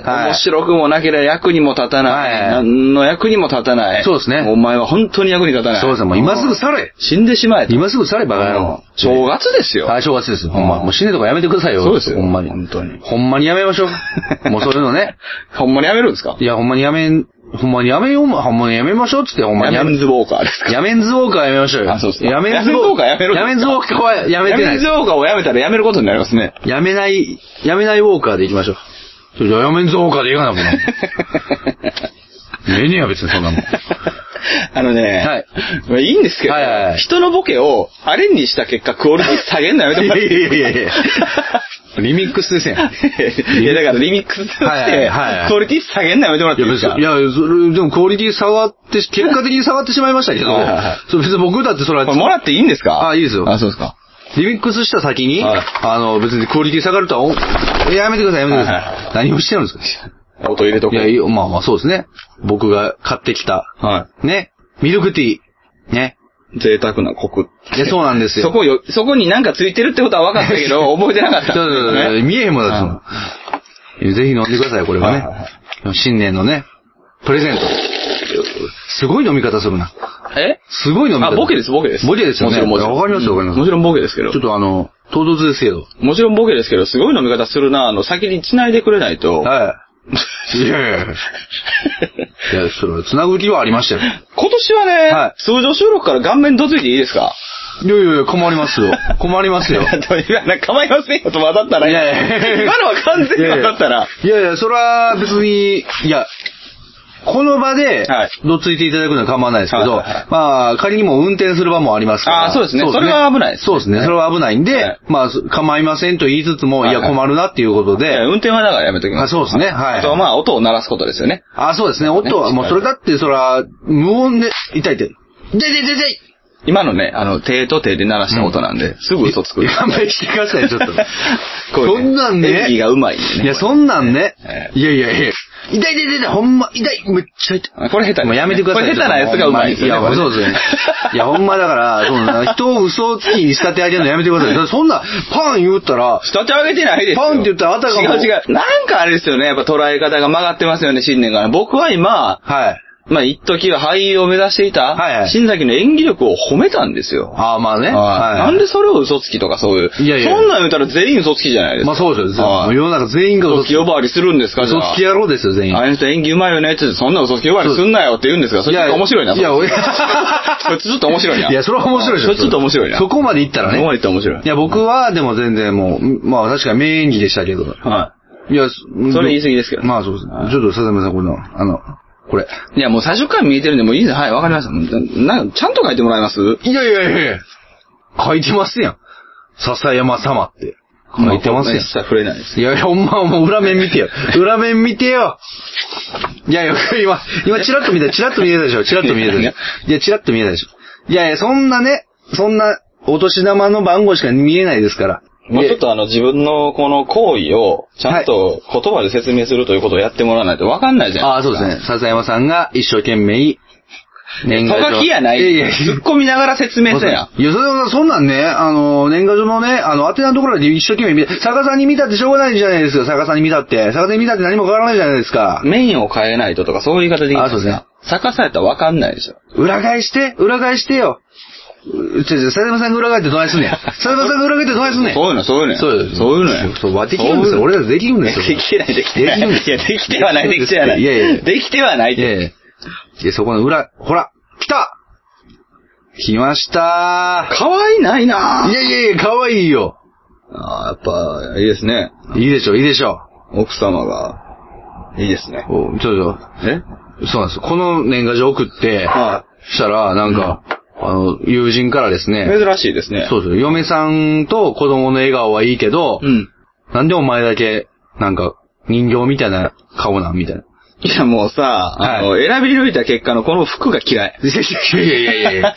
Speaker 1: なんかもう
Speaker 2: はい
Speaker 1: 面白くもなければ役にも立たない。
Speaker 2: はい
Speaker 1: 何の役にも立たない。
Speaker 2: そうですね
Speaker 1: お前は本当に役に立たない。
Speaker 2: そうですね。もう今すぐ去れ。
Speaker 1: 死んでしまえと。
Speaker 2: 今すぐ去れ、バカ野郎。
Speaker 1: 正月ですよ。
Speaker 2: はい、正月です。ほんま。もう死ねとかやめてくださいよ。
Speaker 1: そうですよ
Speaker 2: ほんまに。
Speaker 1: 本当に
Speaker 2: ほんまにやめましょう。もうそういうのね。
Speaker 1: ほんまにやめるんですか
Speaker 2: いや、ほんまにやめん、ほんまにやめよう、ほんまにやめましょうっつって、ほんまに
Speaker 1: や
Speaker 2: や
Speaker 1: め
Speaker 2: め
Speaker 1: ん、ずウォーカーですか
Speaker 2: やめんずウォーカーはやめましょうよ。
Speaker 1: あそうっすか
Speaker 2: やめんずウォーカー
Speaker 1: やめんずウォーカーやめろ
Speaker 2: やめんずウォーカーはやめてな
Speaker 1: やめんずウ
Speaker 2: い。
Speaker 1: ォーカーをやめたらやめることになります ね。
Speaker 2: やめない、やめないウォーカーで行きましょう。それじゃあやめんずウォーカーでいか ないもんな。ええねや、別にそんなもん。
Speaker 1: あのね、まあいいんですけど
Speaker 2: はいはいは、い
Speaker 1: 人のボケをアレンジした結果クオリティ下げんのやめてもらっていい
Speaker 2: いやいやいやいやリミックスですやん。い
Speaker 1: いや、だからリミックスとして、
Speaker 2: はいはいはいはい
Speaker 1: クオリティ下げんのやめてもらってい
Speaker 2: や
Speaker 1: いです
Speaker 2: 別
Speaker 1: か
Speaker 2: に、いや、それ、でもクオリティ下がって、結果的に下がってしまいましたけど
Speaker 1: はいはいはい、
Speaker 2: それ別に僕だってそれは
Speaker 1: これもらっていいんですか
Speaker 2: あいいですよ
Speaker 1: あ、そうですか。
Speaker 2: リミックスした先に、
Speaker 1: はい
Speaker 2: あの、別にクオリティ下がるとは思う、えやめてください、やめてくだ
Speaker 1: はいはい
Speaker 2: さい。何をしてるんですか
Speaker 1: 音入れと
Speaker 2: い
Speaker 1: こう。
Speaker 2: や、いいよまあまあ、そうですね。僕が買ってきた、
Speaker 1: は
Speaker 2: ね、ミルクティー、ね。
Speaker 1: い。贅沢なコク。
Speaker 2: いや、そうなんですよ。
Speaker 1: そこよ、そこになんかついてるってことは分かったけ ど、覚えてなかったんです
Speaker 2: ちょ
Speaker 1: よ
Speaker 2: っ
Speaker 1: ね。
Speaker 2: とちょっと見えへんもんだって、その。ぜひ飲んでくださいよ、これはね
Speaker 1: はいはい。
Speaker 2: 新年のね、プレゼント。すごい飲み方するな。
Speaker 1: え
Speaker 2: すごい飲み方。
Speaker 1: あ、ボケです、ボケです。
Speaker 2: ボケですよね。
Speaker 1: もちろん、
Speaker 2: わかりますよ、わかります。
Speaker 1: もちろんボケですけど
Speaker 2: ちょ。っとあの、唐突ですけど。
Speaker 1: もちろんボケですけど、すごい飲み方するな、あの、先に繋いでくれないと、
Speaker 2: はい。いやいやいや。いや、それは、繋ぐ気はあり ましたよ。
Speaker 1: 今年はね、
Speaker 2: はい
Speaker 1: 通常収録から顔面どついていいですか
Speaker 2: いやいやいや、困りますよ。困りますよ。い
Speaker 1: と言わな構いませんよと当たったら
Speaker 2: いやい や
Speaker 1: 今のは完全に当たったら。
Speaker 2: やいや、それは別に、いや、この場で
Speaker 1: はい、
Speaker 2: どついていただくのは構わないですけど、
Speaker 1: はいはいはい
Speaker 2: まあ、仮にも運転する場もありますから。
Speaker 1: あーそうですねそれは危ないですね
Speaker 2: そうですね。それは危ないんで、
Speaker 1: はい
Speaker 2: まあ、そ構いませんと言いつつも、い、
Speaker 1: はいは
Speaker 2: や、
Speaker 1: い
Speaker 2: 困るなっていうこと
Speaker 1: い
Speaker 2: で、
Speaker 1: や運転はだからやめときます。
Speaker 2: あそうですねはい
Speaker 1: あとはまあ、音を鳴らすことですよね。
Speaker 2: あ、そうですね。音は、
Speaker 1: ね
Speaker 2: もうそれだって、それは、無音で、痛い痛い。痛い痛い痛い痛い
Speaker 1: 今のね、あの、手と手で鳴らした音なんで、すぐ 嘘つく。
Speaker 2: 勘弁してください、ちょっと。
Speaker 1: こういう
Speaker 2: そんなんね
Speaker 1: 演技がうまいんでね。
Speaker 2: いや、そんなんね
Speaker 1: え。
Speaker 2: いやいやいや。痛い痛い痛い痛い、ほんま、痛い、めっちゃ痛い。
Speaker 1: あこれ下手ですね
Speaker 2: もうやめてください。
Speaker 1: これ下手なやつがうまいんですよね
Speaker 2: いや、そ
Speaker 1: こ
Speaker 2: う
Speaker 1: れ
Speaker 2: ですよね。いや、ほんまだから、そうな人を嘘つきに仕立て上げるのやめてください。だからそんな、パン言ったら、
Speaker 1: 人手上げてないですよ。
Speaker 2: パンって言ったらあたかも
Speaker 1: 違う違う。なんかあれですよね、やっぱ捉え方が曲がってますよね、新年から。僕は今、
Speaker 2: はい。
Speaker 1: まあ、一時は俳優を目指していた、
Speaker 2: はいはい
Speaker 1: 新崎の演技力を褒めたんですよ。
Speaker 2: ああ、まあね。
Speaker 1: はい
Speaker 2: は。
Speaker 1: ないんでそれを嘘つきとかそういう。
Speaker 2: いやいや
Speaker 1: そんなん言うたら全員嘘つきじゃないですか。
Speaker 2: まあそうですよ。も
Speaker 1: は
Speaker 2: う
Speaker 1: い
Speaker 2: 世の中全員が
Speaker 1: 嘘
Speaker 2: 嘘
Speaker 1: つ
Speaker 2: つ
Speaker 1: き
Speaker 2: き。
Speaker 1: 呼ばわりするんですか、じゃ
Speaker 2: 嘘
Speaker 1: あ。
Speaker 2: つき野郎ですよ、全員。
Speaker 1: あの人演技うまいよねって言って、そんな嘘つき呼ばわりすんなよって言うんですが、それちょっと面白いな。
Speaker 2: いや、俺、
Speaker 1: それちょっと面白いな。
Speaker 2: いや、それは面白いでしょ。
Speaker 1: それちょっと面白いな。
Speaker 2: そこまで行ったらね。
Speaker 1: そこまで行ったら面白い
Speaker 2: いや、僕は、でも全然もう、まあ確かに名演技でしたけど。
Speaker 1: はい
Speaker 2: や、
Speaker 1: そ
Speaker 2: そ
Speaker 1: れ言い過ぎですけど
Speaker 2: まあそうです。ちょっと、笹山さん、この、あの、これ。
Speaker 1: い。いや、もう最初から見えてるんで、もういいです。はい、わかりました。ななんか、ちゃんと書いてもらえます
Speaker 2: いやいやいや書いてますやん。笹山様って。書いてますやん。
Speaker 1: 一切触れないです。
Speaker 2: いやいや、ほんま、もう裏面見てよ。裏面見てよ。いやいや、今、今、チラッと見た、チラッと見えたでしょ、チラッと見えたでしょ。いや、チラッと見えたでしょ。いやいや、そんなね、そんな、お年玉の番号しか見えないですから。
Speaker 1: もうちょっとあの自分のこの行為をちゃんと言葉で説明するということをやってもらわないとわかんないじゃん。
Speaker 2: ああ、そうですね。笹山さんが一生懸命、年
Speaker 1: と書きやない。
Speaker 2: いやいや、
Speaker 1: 突っ込みながら説明せや。
Speaker 2: いや、それはそんなんね、あの、年賀状のね、あの、宛名のところで一生懸命見て、逆さに見たってしょうがないじゃないですか、逆さに見たって。逆さに見たって何も変わらないじゃないですか。
Speaker 1: メインを変えないととかそういう言い方できない
Speaker 2: あそうですね。
Speaker 1: 逆さやったらわかんないでしょ。
Speaker 2: 裏返して、裏返してよ。うちょ、ちょ、笹山さんが裏返ってどない すんねん。笹山さんが裏返ってどないすんねん。
Speaker 1: そういうの、そういうのや。
Speaker 2: そうです
Speaker 1: そういうのや。
Speaker 2: そう、わ、できるんですよ。俺らできるんですよ。
Speaker 1: できてない、できてない。
Speaker 2: できるんです
Speaker 1: いや、できてはない、できてはない。
Speaker 2: いやいやいや
Speaker 1: できてはないっ
Speaker 2: い
Speaker 1: て。
Speaker 2: やいやいや、そこの裏、ほら、来た来ました
Speaker 1: かわいない
Speaker 2: ー。い
Speaker 1: なぁ。
Speaker 2: やいやいや、かわいいよ。
Speaker 1: ああ、やっぱ、いいですね。
Speaker 2: いいでしょ、いいでしょ。
Speaker 1: 奥様が、いいですね。
Speaker 2: おちょちょ、
Speaker 1: え
Speaker 2: そうなんです。この年賀状送って、
Speaker 1: は
Speaker 2: したら、なんか、あの、友人からです
Speaker 1: い。
Speaker 2: ね、
Speaker 1: 珍しいですね。
Speaker 2: そうです。嫁さんと子供の笑顔はいいけど、
Speaker 1: うん。
Speaker 2: なんでお前だけ、なんか、人形みたいな顔なんみたいな。
Speaker 1: いや、もうさ、あの、選び抜いた結果のこの服が嫌い。
Speaker 2: いやいやいやいやいや。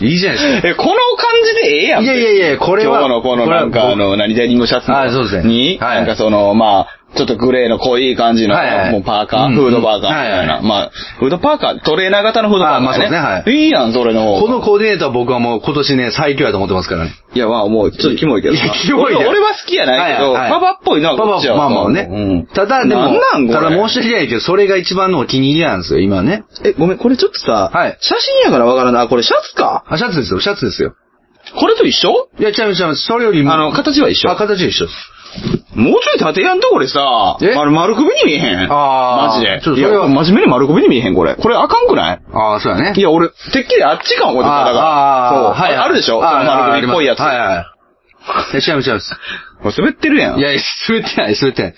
Speaker 2: いいじゃないです
Speaker 1: え、この感じでええや
Speaker 2: か。
Speaker 1: ん。
Speaker 2: いやいやいや、これは。
Speaker 1: 今日のこの
Speaker 2: れは
Speaker 1: なんかあ
Speaker 2: 僕
Speaker 1: の、何デニムシャツの
Speaker 2: あそうですね
Speaker 1: に、
Speaker 2: はい
Speaker 1: なんかその、まあ、ちょっとグレーの濃い感じの、
Speaker 2: はいはい
Speaker 1: もうパーカ
Speaker 2: う
Speaker 1: ー、
Speaker 2: ん
Speaker 1: フードパーカーみたいな。
Speaker 2: はいはい
Speaker 1: まあ、フードパーカー、トレーナー型のフードパーカー、ね。。
Speaker 2: あまあそうですねはい
Speaker 1: いやん、それの方が。
Speaker 2: このコーディネートは僕はもう今年ね、最強やと思ってますからね。
Speaker 1: いや、まあもう、ちょっとキモいけどさ。
Speaker 2: いやキモいけど
Speaker 1: 俺俺は好きやないけど、
Speaker 2: はいはい
Speaker 1: パパっぽいのはこっちや
Speaker 2: パ
Speaker 1: わ
Speaker 2: パ、まあまあ
Speaker 1: うん
Speaker 2: ね。ただ、でも、
Speaker 1: なんなんこ
Speaker 2: た
Speaker 1: れ。
Speaker 2: だ申し訳ないけど、それが一番のお気に入りなんですよ、今ね。
Speaker 1: え、ごめん、これちょっとさ、
Speaker 2: はい
Speaker 1: 写真やからわからない。あ、これシャツか。
Speaker 2: あ、シャツですよ、シャツですよ。
Speaker 1: これと一緒
Speaker 2: いや、違う違う、それよりも。
Speaker 1: あの、形は一緒。
Speaker 2: あ、形は一緒です。
Speaker 1: もうちょい縦やんとこれさ、
Speaker 2: え
Speaker 1: 丸丸首に見えへん。
Speaker 2: あー
Speaker 1: マジで。
Speaker 2: ちょっと
Speaker 1: いや、
Speaker 2: それは
Speaker 1: 真面目に丸首に見えへん、これ。これあかんくない
Speaker 2: ああ、そうやね。
Speaker 1: いや、俺、てっきりあっちかも、これ、
Speaker 2: あ
Speaker 1: だから。
Speaker 2: あ
Speaker 1: そう。
Speaker 2: あはいはい
Speaker 1: あるでしょその
Speaker 2: あ
Speaker 1: 丸首っぽいやつ。
Speaker 2: ありますはいはい。いや、違う違う。
Speaker 1: これ滑ってるやん。
Speaker 2: いや、滑ってない、滑ってない。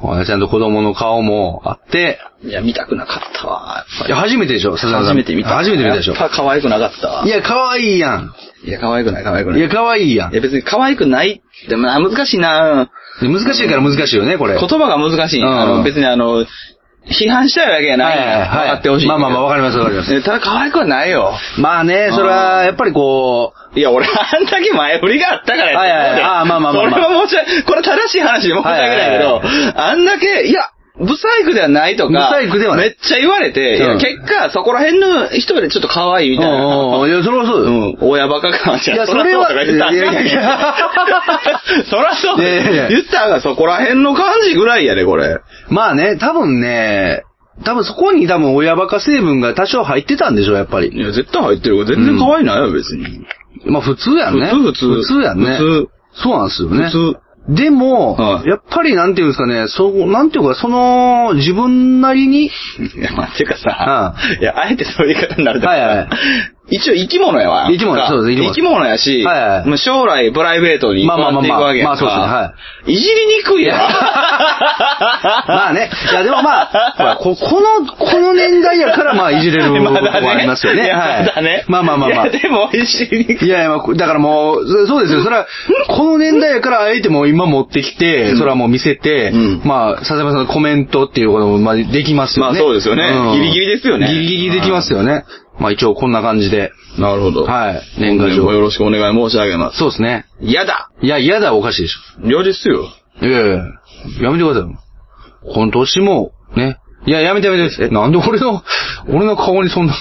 Speaker 2: あちゃんと子供の顔もあって、
Speaker 1: いや見たくなかったわ。
Speaker 2: いや、初めてでしょ、笹山さん。
Speaker 1: 初めて見た。
Speaker 2: 初めて見たでしょ。
Speaker 1: やっぱ可愛くなかったわ
Speaker 2: い。や、可愛いやん。
Speaker 1: いや、可愛くない、可愛くないい。
Speaker 2: や、可愛いやん。
Speaker 1: いや、別に可愛くない。でもな、難しいな
Speaker 2: 難しいから難しいよね、これ。
Speaker 1: 言葉が難しい。
Speaker 2: うん
Speaker 1: あの別にあの、批判したいわけやない。
Speaker 2: はいはいはい
Speaker 1: 分かってほしい。
Speaker 2: まあまあまあわかりますわかります
Speaker 1: えただ可愛くはないよ。
Speaker 2: まあね、それは、やっぱりこ
Speaker 1: いや、俺、あんだけ前振りがあったからや
Speaker 2: はいはいはいあーまあまあまあまあ
Speaker 1: 俺は申し訳、これ正しい話で申し訳ないけど
Speaker 2: はいは、
Speaker 1: あんだけ、いや、不細工ではないとか、
Speaker 2: 不細工ではない
Speaker 1: めっちゃ言われて、いや、
Speaker 2: うん
Speaker 1: 結果、そこら辺の人よりちょっと可愛いみ
Speaker 2: う、う
Speaker 1: たい
Speaker 2: んうんうん
Speaker 1: な。
Speaker 2: いや、それはそう
Speaker 1: う
Speaker 2: よ。
Speaker 1: ん、親バカ感じゃん
Speaker 2: いやそれ
Speaker 1: ら
Speaker 2: は
Speaker 1: うとか言ったらあかんやん
Speaker 2: いやいやいや
Speaker 1: そらそう。
Speaker 2: いやいやいや
Speaker 1: 言ったらあかんそこら辺の感じぐらいやで、これ。
Speaker 2: まあね、多分ね、多分そこに多分親バカ成分が多少入ってたんでしょ、やっぱ
Speaker 1: い
Speaker 2: り。
Speaker 1: や、絶対入ってる。全然可愛いないよ、別に。
Speaker 2: まあ普通やんね。
Speaker 1: 普通普通
Speaker 2: 普通やんね。
Speaker 1: 普通。
Speaker 2: そうなんですよね。
Speaker 1: 普通。
Speaker 2: でも、
Speaker 1: はい
Speaker 2: やっぱりなんていうんですかね、そう、なんていうか、その、自分なりに、
Speaker 1: いや、まあ、てかさ、
Speaker 2: う
Speaker 1: いや、あえてそういう言い方になると、
Speaker 2: はいはい
Speaker 1: 一応生き物やわ。
Speaker 2: 生き物そうです生き
Speaker 1: 生
Speaker 2: 物
Speaker 1: き物やし、
Speaker 2: はいはい
Speaker 1: もう将来プライベートに
Speaker 2: まあまあまあ
Speaker 1: 変わっていくわけやんか
Speaker 2: まあまあ
Speaker 1: い。じりにくいやん。
Speaker 2: まあね、いやでもまあ、ほ らこ、この、この年代やからまあいじれることもありますよね。
Speaker 1: いや
Speaker 2: は
Speaker 1: ま
Speaker 2: い。
Speaker 1: だね。
Speaker 2: まあまあまあまあ
Speaker 1: いや、。でも、いじりにくい。
Speaker 2: いやいや、まあだからもう、そそうですよ。それは、この年代やから、あえてもう今持ってきて、それはもう見せて、
Speaker 1: うん
Speaker 2: まあ、笹山さんのコメントっていうことも、まあ、できますよね。
Speaker 1: まあそうですよねギリギリですよね
Speaker 2: ギリギリできますよね。まあ一応こんな感じで。
Speaker 1: なるほど。
Speaker 2: はい。年賀
Speaker 1: 本年も
Speaker 2: 状。
Speaker 1: よろしくお願い申し上げます。
Speaker 2: そうですね。
Speaker 1: 嫌だ
Speaker 2: いや、嫌だ、おかしいでし
Speaker 1: 嫌ですよ。
Speaker 2: ょ。いやいややめてください。この年も、ね。いや、やめてやめて。なんで俺の、俺の顔にそんな、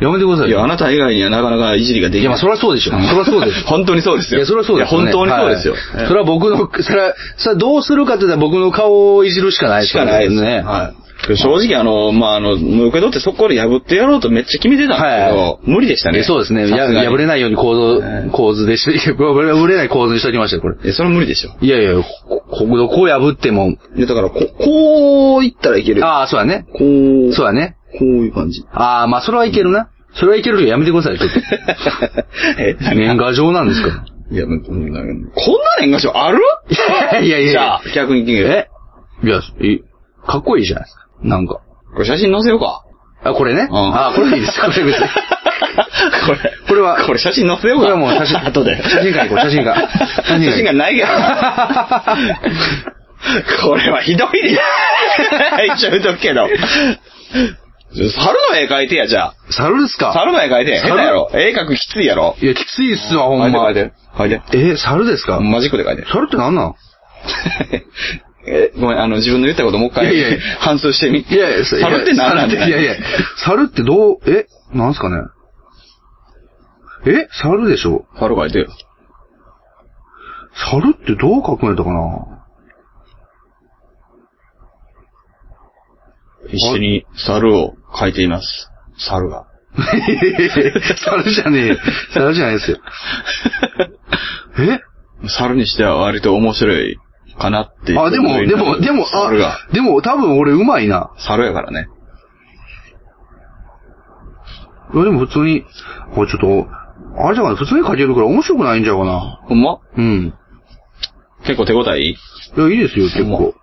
Speaker 2: やめてください
Speaker 1: いや、
Speaker 2: よ。
Speaker 1: あなた以外にはなかなかいじりがで
Speaker 2: い
Speaker 1: き
Speaker 2: や、
Speaker 1: な
Speaker 2: まあ
Speaker 1: い。
Speaker 2: そりゃそうでしょ。そりゃそうでしょ。
Speaker 1: 本当にそうですよ。
Speaker 2: いや、それはそうですよね、
Speaker 1: いや本当にそうですよ。
Speaker 2: はいそれは僕の、それは、それはどうするかって言ったら僕の顔をいじるしかないで
Speaker 1: し
Speaker 2: すよ
Speaker 1: か
Speaker 2: ね。
Speaker 1: ないですね。
Speaker 2: ね。
Speaker 1: はい。正直あの、まあ、あの、もう受け取ってそこで破ってやろうとめっちゃ決めてたんですけど、
Speaker 2: はい
Speaker 1: 無理でしたね。
Speaker 2: そうですね。や破
Speaker 1: な
Speaker 2: れ
Speaker 1: い。
Speaker 2: ないように構造
Speaker 1: はい、
Speaker 2: 構図でして、 破れない構図にしておきましたよ、これ。
Speaker 1: え、それは無理でしょ。
Speaker 2: いやいや、こ、こどこを破っても、
Speaker 1: で、だから、こ、こういったらいける。
Speaker 2: ああ、そうだね。
Speaker 1: こう、
Speaker 2: そうだね。
Speaker 1: こういう感 じ。
Speaker 2: ああ、まあ、それはいけるな。それはいけるけどやめてください、ちょっ と。
Speaker 1: え
Speaker 2: 年賀状なんですか
Speaker 1: いや、もうこんなこんな年賀状ある
Speaker 2: ら。 いやいやい
Speaker 1: じゃ
Speaker 2: や
Speaker 1: あ。、逆に聞け
Speaker 2: えいや、いかっこいいじゃないですか。なんか。
Speaker 1: これ写真載せようか。
Speaker 2: あ、これね。
Speaker 1: ん
Speaker 2: ああ、これいいです。これ別に。
Speaker 1: れ。
Speaker 2: これは
Speaker 1: これ写真載せようか。
Speaker 2: これはもう写真
Speaker 1: 後で。
Speaker 2: 写真館行こう写真館写真館
Speaker 1: 写真館ないけど。これはひどいね。言っちゃうとくけど。猿の絵描いてや、じゃ
Speaker 2: 猿です
Speaker 1: あ。
Speaker 2: か
Speaker 1: 猿の絵描いて。
Speaker 2: 猿
Speaker 1: 変だやろ。絵描くきついやろ。
Speaker 2: いや、きついっすわ、ほんま。
Speaker 1: 描いて描いて。描い
Speaker 2: え、猿ですか
Speaker 1: て。マジックで描いて。
Speaker 2: 猿ってなんなん
Speaker 1: え、ごめん、あの、自分の言ったこともう一回
Speaker 2: いやいやいや
Speaker 1: 反芻してみ。
Speaker 2: いやいや、
Speaker 1: 猿って何なん
Speaker 2: い
Speaker 1: だ
Speaker 2: やいや、猿ってどう、え、なんすかねえ、猿でしょ
Speaker 1: 猿描いてよ。
Speaker 2: 猿ってどう書くんやったか な
Speaker 1: 一緒に猿を描いています。猿が。
Speaker 2: 猿じゃねえ。猿じゃないですよ。え
Speaker 1: 猿にしては割と面白いかなっていう。
Speaker 2: あ、でも、でも、でも、あ
Speaker 1: 猿が。、
Speaker 2: でも多分俺うまいな。
Speaker 1: 猿やからね。
Speaker 2: いやでも普通に、これちょっと、あれじゃない普通に書けるから面白くないんじゃうかな。
Speaker 1: ほんま
Speaker 2: うん。
Speaker 1: 結構手応えいい
Speaker 2: いや、いいですよ、結
Speaker 1: ほん
Speaker 2: 構。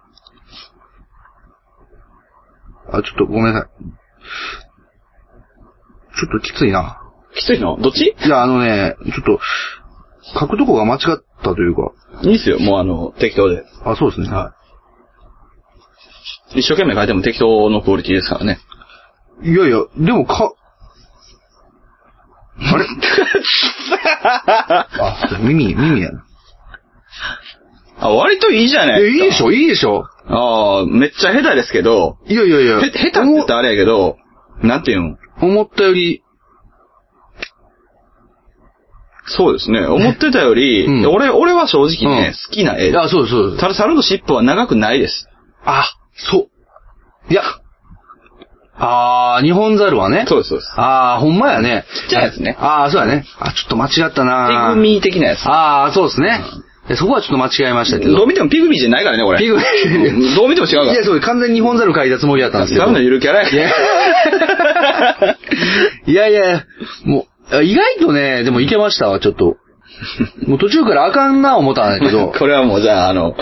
Speaker 2: あ、ちょっとごめんなさい。ちょっときついな。
Speaker 1: きついのどっち
Speaker 2: いや、あのね、ちょっと、書くとこが間違ったというか。
Speaker 1: いいっすよ。もうあの、適当で。
Speaker 2: あ、そうですね。
Speaker 1: は一生懸命書いても適当のクオリティですからね。
Speaker 2: いやいや、でもか、あれあ、それ耳、耳やな。
Speaker 1: あ、割といいじゃないい
Speaker 2: や、いいでし
Speaker 1: ょ
Speaker 2: ょ、いいでしょ。
Speaker 1: ああ、めっちゃ下手ですけど、
Speaker 2: いやいやいや。
Speaker 1: へ、下手って言ったらあれやけど、なんていうん
Speaker 2: 思ったより、
Speaker 1: そうですね。思ってたより、
Speaker 2: うん
Speaker 1: 俺、俺は正直ね、
Speaker 2: うん
Speaker 1: 好きな絵。
Speaker 2: あ、そうですそうです。
Speaker 1: ただ、猿の尻尾は長くないです。
Speaker 2: あ、そう。いや。あー、日本猿はね。
Speaker 1: そうです、そうです。
Speaker 2: あー、ほんまやね。
Speaker 1: ちっちゃいやつね
Speaker 2: あー、そうやね。あ、ちょっと間違ったな
Speaker 1: ピグミー的なやつ。
Speaker 2: あー、そうですね。えそこはちょっと間違えましたけど。
Speaker 1: どう見てもピグミーじゃないからね、これ。
Speaker 2: ピグミー
Speaker 1: うんどう見ても違うから。
Speaker 2: いや、そう、完全に日本猿書いたつもりだったんですけど
Speaker 1: 猿。のゆるキャラや
Speaker 2: いや いやいや、もう、あ意外とね、でもいけましたわ、ちょっと。もう途中からあかんな思ったんだ けど。
Speaker 1: これはもうじゃあ、あの、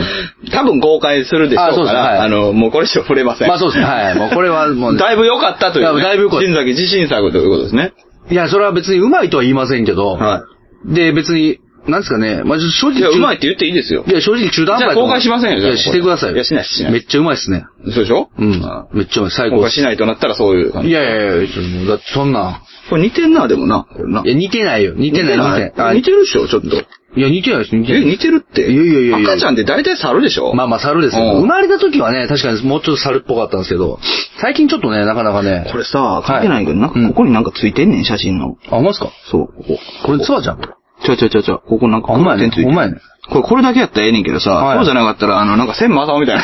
Speaker 1: 多分公開するでしょ
Speaker 2: あそう
Speaker 1: うか
Speaker 2: ですねはい
Speaker 1: ら、あの、もうこれ以上触れません。
Speaker 2: まあそうですね、はい。もうこれはもう、
Speaker 1: だいぶ良かったという、ね。
Speaker 2: だいぶ良かった
Speaker 1: 新崎自信作ということですね。
Speaker 2: いや、それは別にうまいとは言いませんけど。
Speaker 1: は
Speaker 2: で、別に、なんですかね、まあ、正
Speaker 1: い。いや、
Speaker 2: 直。
Speaker 1: うまいって言っていいですよ
Speaker 2: い。や、正直中途半端やと思う
Speaker 1: じゃあ公開しませんよじゃあ
Speaker 2: いや、してくださいよ。
Speaker 1: いやしないしない
Speaker 2: めっちゃうまいっすね。
Speaker 1: そうでしょ
Speaker 2: うん
Speaker 1: あ。
Speaker 2: めっちゃうまい。最
Speaker 1: 公
Speaker 2: 高っ
Speaker 1: 開
Speaker 2: す。
Speaker 1: しないとなったらそういう感
Speaker 2: い
Speaker 1: じ。
Speaker 2: やいやいや、ちょっともうだってそんな。
Speaker 1: これ似てんな、でもな。これない
Speaker 2: や、似てないよ。似てない、似てない。あ
Speaker 1: 似てるでしょ、ちょっと。
Speaker 2: いや、似てないです、似て
Speaker 1: え、
Speaker 2: ない。
Speaker 1: 似てるって。
Speaker 2: いやいやいやいや
Speaker 1: 赤ちゃんって大体猿でしょ
Speaker 2: まあまあ、猿ですよ
Speaker 1: うん
Speaker 2: 生まれた時はね、確かにもうちょっと猿っぽかったんですけど、最近ちょっとね、なかなかね。
Speaker 1: これさ、書
Speaker 2: 書い
Speaker 1: い
Speaker 2: て
Speaker 1: て
Speaker 2: な
Speaker 1: ないい
Speaker 2: け
Speaker 1: け
Speaker 2: ど
Speaker 1: ど
Speaker 2: な
Speaker 1: な、こ
Speaker 2: こ
Speaker 1: こになんかついてんねん、写真の。
Speaker 2: あ、ほんまっすか
Speaker 1: そう、ここ。
Speaker 2: これツアーじゃん、これ。
Speaker 1: ちゃうちゃうちゃうちゃう、ここなんか
Speaker 2: あ、ほんまやね。
Speaker 1: 点ついてる
Speaker 2: ほんまやね。
Speaker 1: これ、これだけやったらええねんけどさ、
Speaker 2: はい
Speaker 1: そうじゃなかったら、あの、なんか千正雄みたいな。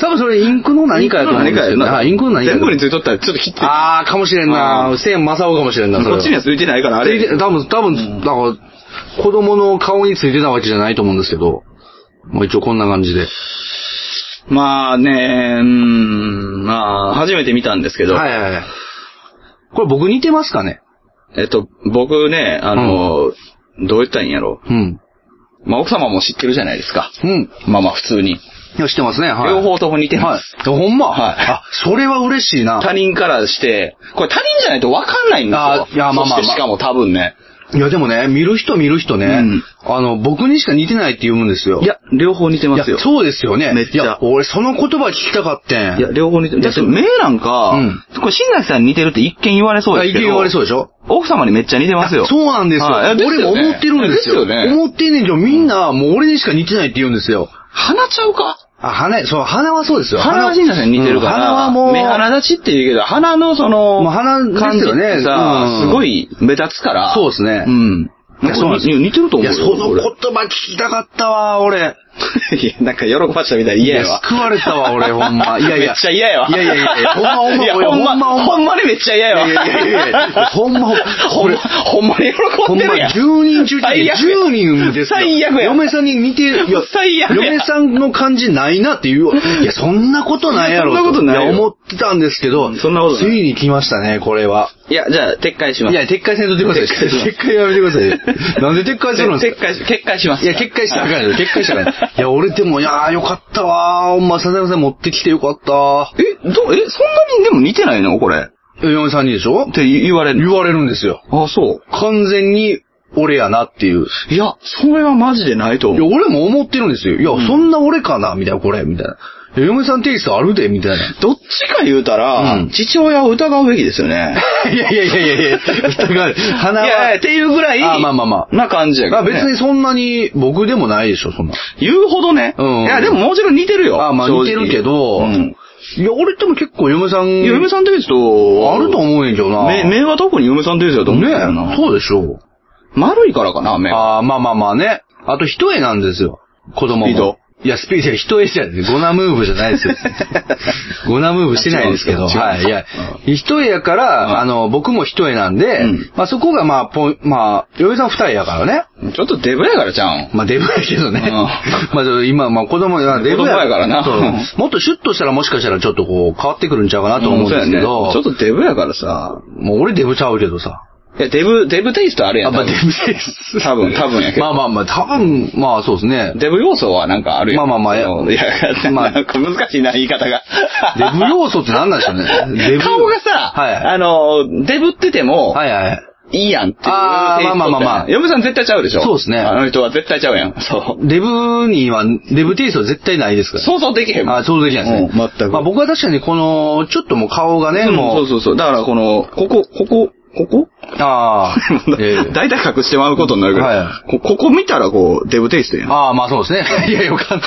Speaker 2: 多分それインクの何かやと思うんですよ、ね。はいインクの何かや
Speaker 1: 全
Speaker 2: と思
Speaker 1: 部
Speaker 2: う
Speaker 1: についとったらちょっと切って。
Speaker 2: あー、かもしれんな
Speaker 1: あ。
Speaker 2: 千正雄かもしれんな。それ
Speaker 1: こ
Speaker 2: は
Speaker 1: っちにはついてないから、あ
Speaker 2: ついて
Speaker 1: れ。
Speaker 2: 多分、多分、だから、子供の顔についてたわけじゃないと思うんですけど、まあ一応こんな感じで。
Speaker 1: まあね、うーん、まあ、初めて見たんですけど、
Speaker 2: はいはいはい。これ僕似てますかね
Speaker 1: えっと、僕ね、あの、どう言ったらいいんやろ
Speaker 2: うん。
Speaker 1: う。まあ、奥様も知ってるじゃないですか。
Speaker 2: うん。
Speaker 1: まあまあ、普通に。
Speaker 2: いや、知ってますね。はい。
Speaker 1: 両方とも似てます。
Speaker 2: はい。ほんま
Speaker 1: はい
Speaker 2: あ、それは嬉しいな。
Speaker 1: 他人からして、これ他人じゃないと分かんないんですよ。
Speaker 2: あーいやまあまあ
Speaker 1: そしてしかも多分ね。
Speaker 2: いや、でもね、見る人見る人ね、
Speaker 1: うん
Speaker 2: あの、僕にしか似てないって言うんですよ。
Speaker 1: いや、両方似て
Speaker 2: い
Speaker 1: ま
Speaker 2: や
Speaker 1: すよ。
Speaker 2: そうですよね。
Speaker 1: めっちゃ
Speaker 2: いや、俺その言葉聞きたかってん。
Speaker 1: いや、両方似てる。だって、目なんか、
Speaker 2: うん
Speaker 1: これ、新崎さんに似てるって一見言われそうで
Speaker 2: い
Speaker 1: す
Speaker 2: や、
Speaker 1: けど。
Speaker 2: 言われそうでしょ
Speaker 1: 奥様にめっちゃ似てますよ。
Speaker 2: そうなんですよ。
Speaker 1: はいいや
Speaker 2: 俺も思ってるんですよ。
Speaker 1: ですよね。
Speaker 2: 思ってんねんけど、みんな、もう俺にしか似てないって言うんですよ。
Speaker 1: 鼻ちゃうか
Speaker 2: あ、鼻、そう、鼻はそうですよ。
Speaker 1: 鼻は新崎さんに似てるから。
Speaker 2: うん鼻はもう、
Speaker 1: 目鼻立ちって言うけど、鼻のその、
Speaker 2: まあ鼻ですよね
Speaker 1: 感じってさ、
Speaker 2: う
Speaker 1: す
Speaker 2: ん
Speaker 1: ごい目立つから。
Speaker 2: そうですね
Speaker 1: うん。
Speaker 2: いやそうなんですよ
Speaker 1: 似てると思う
Speaker 2: い
Speaker 1: よ。
Speaker 2: や、その
Speaker 1: 俺
Speaker 2: 言葉聞きたかったわ、俺。
Speaker 1: いや、なんか喜ばしたみたいで嫌やわ。
Speaker 2: 救われたわ、俺、ほ んま。いやい
Speaker 1: め
Speaker 2: や。
Speaker 1: っちゃ嫌やわ。
Speaker 2: いやいやいや、ほんまほんま、
Speaker 1: いや
Speaker 2: 俺
Speaker 1: ほんま、
Speaker 2: ほんま
Speaker 1: ほんまにめっちゃ嫌
Speaker 2: い
Speaker 1: やわ。
Speaker 2: やいやいやいや、ほんま、
Speaker 1: ほんま、ほんまに喜
Speaker 2: ほ
Speaker 1: ん
Speaker 2: ん
Speaker 1: で
Speaker 2: ま
Speaker 1: るやん。
Speaker 2: 10人中
Speaker 1: 最悪
Speaker 2: 10人ですよ。
Speaker 1: 最悪や
Speaker 2: 嫁さんに似てる。いや
Speaker 1: 最悪や
Speaker 2: 嫁さんの感じないなっていう。いや、そんなことないやろ。
Speaker 1: いやそんなことないよ
Speaker 2: や、思ってたんですけど。
Speaker 1: うんそんなことない
Speaker 2: ついに来ましたね、これは。
Speaker 1: いや、じゃあ、撤回します。
Speaker 2: いや、撤回せんとってください。撤
Speaker 1: 撤
Speaker 2: 回やめてください。なんで撤回するんで
Speaker 1: 撤
Speaker 2: すか
Speaker 1: 回し、撤回します。
Speaker 2: いや、撤回したらあかんよ。
Speaker 1: はい
Speaker 2: 撤回したらあかんよ。いや、俺でも、いやー、よかったわー。ほんま、笹山さん持ってきてよかった
Speaker 1: え、ど、え、そんなにでも似てないのこれ。
Speaker 2: ー。嫁さんにでしょ
Speaker 1: って言われる。
Speaker 2: 言われるんですよ。
Speaker 1: あ、そう。
Speaker 2: 完全に俺やなっていう。
Speaker 1: いや、それはマジでないと
Speaker 2: いや、
Speaker 1: 思う。
Speaker 2: 俺も思ってるんですよ。いや、そんな俺かなみたいな、これ、みたいな。いや嫁さんテイストあるで、みたいな。
Speaker 1: どっちか言うたら、
Speaker 2: うん
Speaker 1: 父親を疑うべきですよね。
Speaker 2: いやいやいやいやいや、疑う
Speaker 1: い
Speaker 2: 鼻は。
Speaker 1: やいや、っていうぐらい、
Speaker 2: あまあまあまあ
Speaker 1: な感じやけ
Speaker 2: ま
Speaker 1: ど、
Speaker 2: あ
Speaker 1: ね。
Speaker 2: 別にそんなに僕でもないでしょ、そんな。
Speaker 1: 言うほどね。
Speaker 2: うん
Speaker 1: いや、でももちろん似てるよ。
Speaker 2: あまあ
Speaker 1: 正直
Speaker 2: 似てるけど、
Speaker 1: うん。
Speaker 2: いや、俺でも結構嫁さん、
Speaker 1: いや嫁さんテイスト、
Speaker 2: あると
Speaker 1: う。
Speaker 2: 思うんやけどな。
Speaker 1: 目、目は特に嫁さんテイストだと思うんだよな。
Speaker 2: ねそうでしょう。
Speaker 1: 丸いからかな、目。
Speaker 2: ああ、まあまあまあね。あと一重なんですよ。子供も。
Speaker 1: スピード
Speaker 2: いや、スピード、いや一重じゃないゴナムーブじゃないで すよ。ゴナムーブしてないですけ
Speaker 1: 違
Speaker 2: ど。
Speaker 1: うんですか
Speaker 2: は
Speaker 1: 違
Speaker 2: い。
Speaker 1: うん
Speaker 2: い
Speaker 1: で
Speaker 2: や
Speaker 1: すか、
Speaker 2: 一重やから、あの、僕も一重なんで、
Speaker 1: うん
Speaker 2: まあそこがまあ、ポイまあ、嫁さん二重やからね。
Speaker 1: ちょっとデブやからちゃうん。
Speaker 2: まあ、デブやけどね。
Speaker 1: うん
Speaker 2: まあ、今、まあ、子供、あデブ
Speaker 1: 子供やからな
Speaker 2: そうもっとシュッとしたらもしかしたらちょっとこう、変わってくるんちゃうかなと思うんですけ
Speaker 1: そう
Speaker 2: ど、
Speaker 1: やねちょっとデブやからさ。
Speaker 2: もう俺デブちゃうけ どさ。
Speaker 1: いや、デブ、デブテイストあるやん。
Speaker 2: あまあ
Speaker 1: 多分
Speaker 2: デブテイス
Speaker 1: 多分、多分やけど。
Speaker 2: まあまあまあ、多分、まあそうですね。
Speaker 1: デブ要素はなんかあるやん。
Speaker 2: まあまあまあ
Speaker 1: いや、
Speaker 2: まあ
Speaker 1: なんか難しいな、言い方が。
Speaker 2: デブ要素って何なんでしょうね。デブ
Speaker 1: 顔がさ、
Speaker 2: はい
Speaker 1: あの、デブってても、
Speaker 2: はいはい。
Speaker 1: いいやんっていう。
Speaker 2: あーまあまあまあまあ
Speaker 1: 嫁さん絶対ちゃうでしょ
Speaker 2: そうですね
Speaker 1: あの人は絶対ちゃうやん。そう。
Speaker 2: デブには、デブテイストは絶対ないですから。
Speaker 1: 想像できへんもん。
Speaker 2: あ、想像できないですね。
Speaker 1: うん全く
Speaker 2: まあ僕は確かにこの、ちょっともう顔がね、
Speaker 1: うんそ
Speaker 2: も
Speaker 1: う
Speaker 2: う、
Speaker 1: そうそう。だからこの、ここ、ここ、ここ、
Speaker 2: ああ ええ
Speaker 1: 大体隠してまうことになるけど、
Speaker 2: は
Speaker 1: こここ見たらこう、デブテイストやん。
Speaker 2: ああ、まあそうです ね。いや、よかっ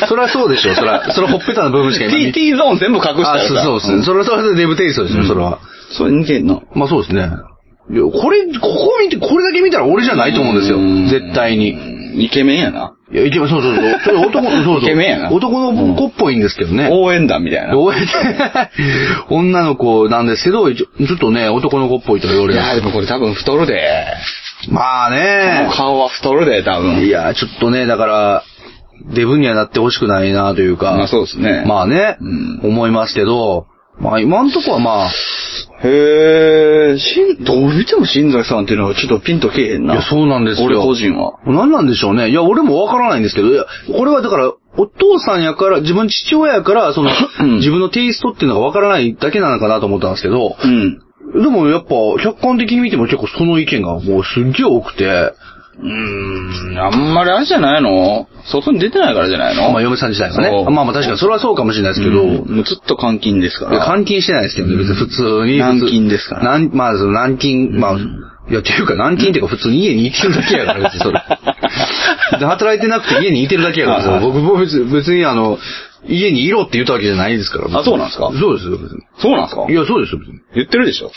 Speaker 2: た。 それはそうでしょ。それは、それはほっぺたの部分しか今
Speaker 1: T、
Speaker 2: 見
Speaker 1: T ゾーン全部隠した
Speaker 2: あ
Speaker 1: らさ。
Speaker 2: そうそうです。それはそれでデブテイストですよ、それは。
Speaker 1: それ似てんの。
Speaker 2: まあそうですね。いや、これ、ここ見て、これだけ見たら俺じゃないと思うんですよ
Speaker 1: うん。
Speaker 2: 絶対に。
Speaker 1: イケメンやな。
Speaker 2: いや、イケメン、そうそうそう。それ男の、そうそう。
Speaker 1: イケメンやな
Speaker 2: 男の子っぽいんですけどね。
Speaker 1: 応援団みたいな。
Speaker 2: お女の子なんですけど、一応ちょっとね、男の子っぽいとか言わ
Speaker 1: い
Speaker 2: れる。
Speaker 1: や、でもこれ多分太るで。
Speaker 2: まあね
Speaker 1: 顔は太るで、多分。
Speaker 2: いや、ちょっとね、だから、デブにはなってほしくないなというか。
Speaker 1: まあそうですね。
Speaker 2: まあね、
Speaker 1: うん
Speaker 2: 思いますけど、まあ今んとこはまあ、
Speaker 1: へえ、しん、どう見ても新崎さんっていうのはちょっとピンとけえへんな。
Speaker 2: いやそうなんですよ
Speaker 1: 俺個人は。
Speaker 2: 何なんでしょうね。いや、俺もわからないんですけど、いや、これはだから、お父さんやから、自分父親やから、その、
Speaker 1: うん
Speaker 2: 自分のテイストっていうのがわからないだけなのかなと思ったんですけど、
Speaker 1: うん。
Speaker 2: でもやっぱ、客観的に見ても結構その意見がもうすっげえ多くて、
Speaker 1: うーん、あんまりあれじゃないの外に出てないからじゃないの
Speaker 2: まあ嫁さん自体がね
Speaker 1: そう。
Speaker 2: まあまあ確かにそれはそうかもしれないですけど、
Speaker 1: うんもうずっと監禁ですか
Speaker 2: いや
Speaker 1: ら。
Speaker 2: 監禁してないですけどね、別に普通に。
Speaker 1: 軟禁ですから
Speaker 2: なんまあ、その軟禁、まあ、いや、っていうか、軟禁っていうか、普通に家にいてるだけ やから、別にそれ。で働いてなくて家にいてるだけやから、そ
Speaker 1: は
Speaker 2: れ
Speaker 1: いは
Speaker 2: 僕も別に、別にあの、家にいろって言ったわけじゃないですから。別に
Speaker 1: あそうなんですか
Speaker 2: そうですよ、別に。
Speaker 1: そうなんすか
Speaker 2: いや、そうですよ、別に。
Speaker 1: 言ってるでしょ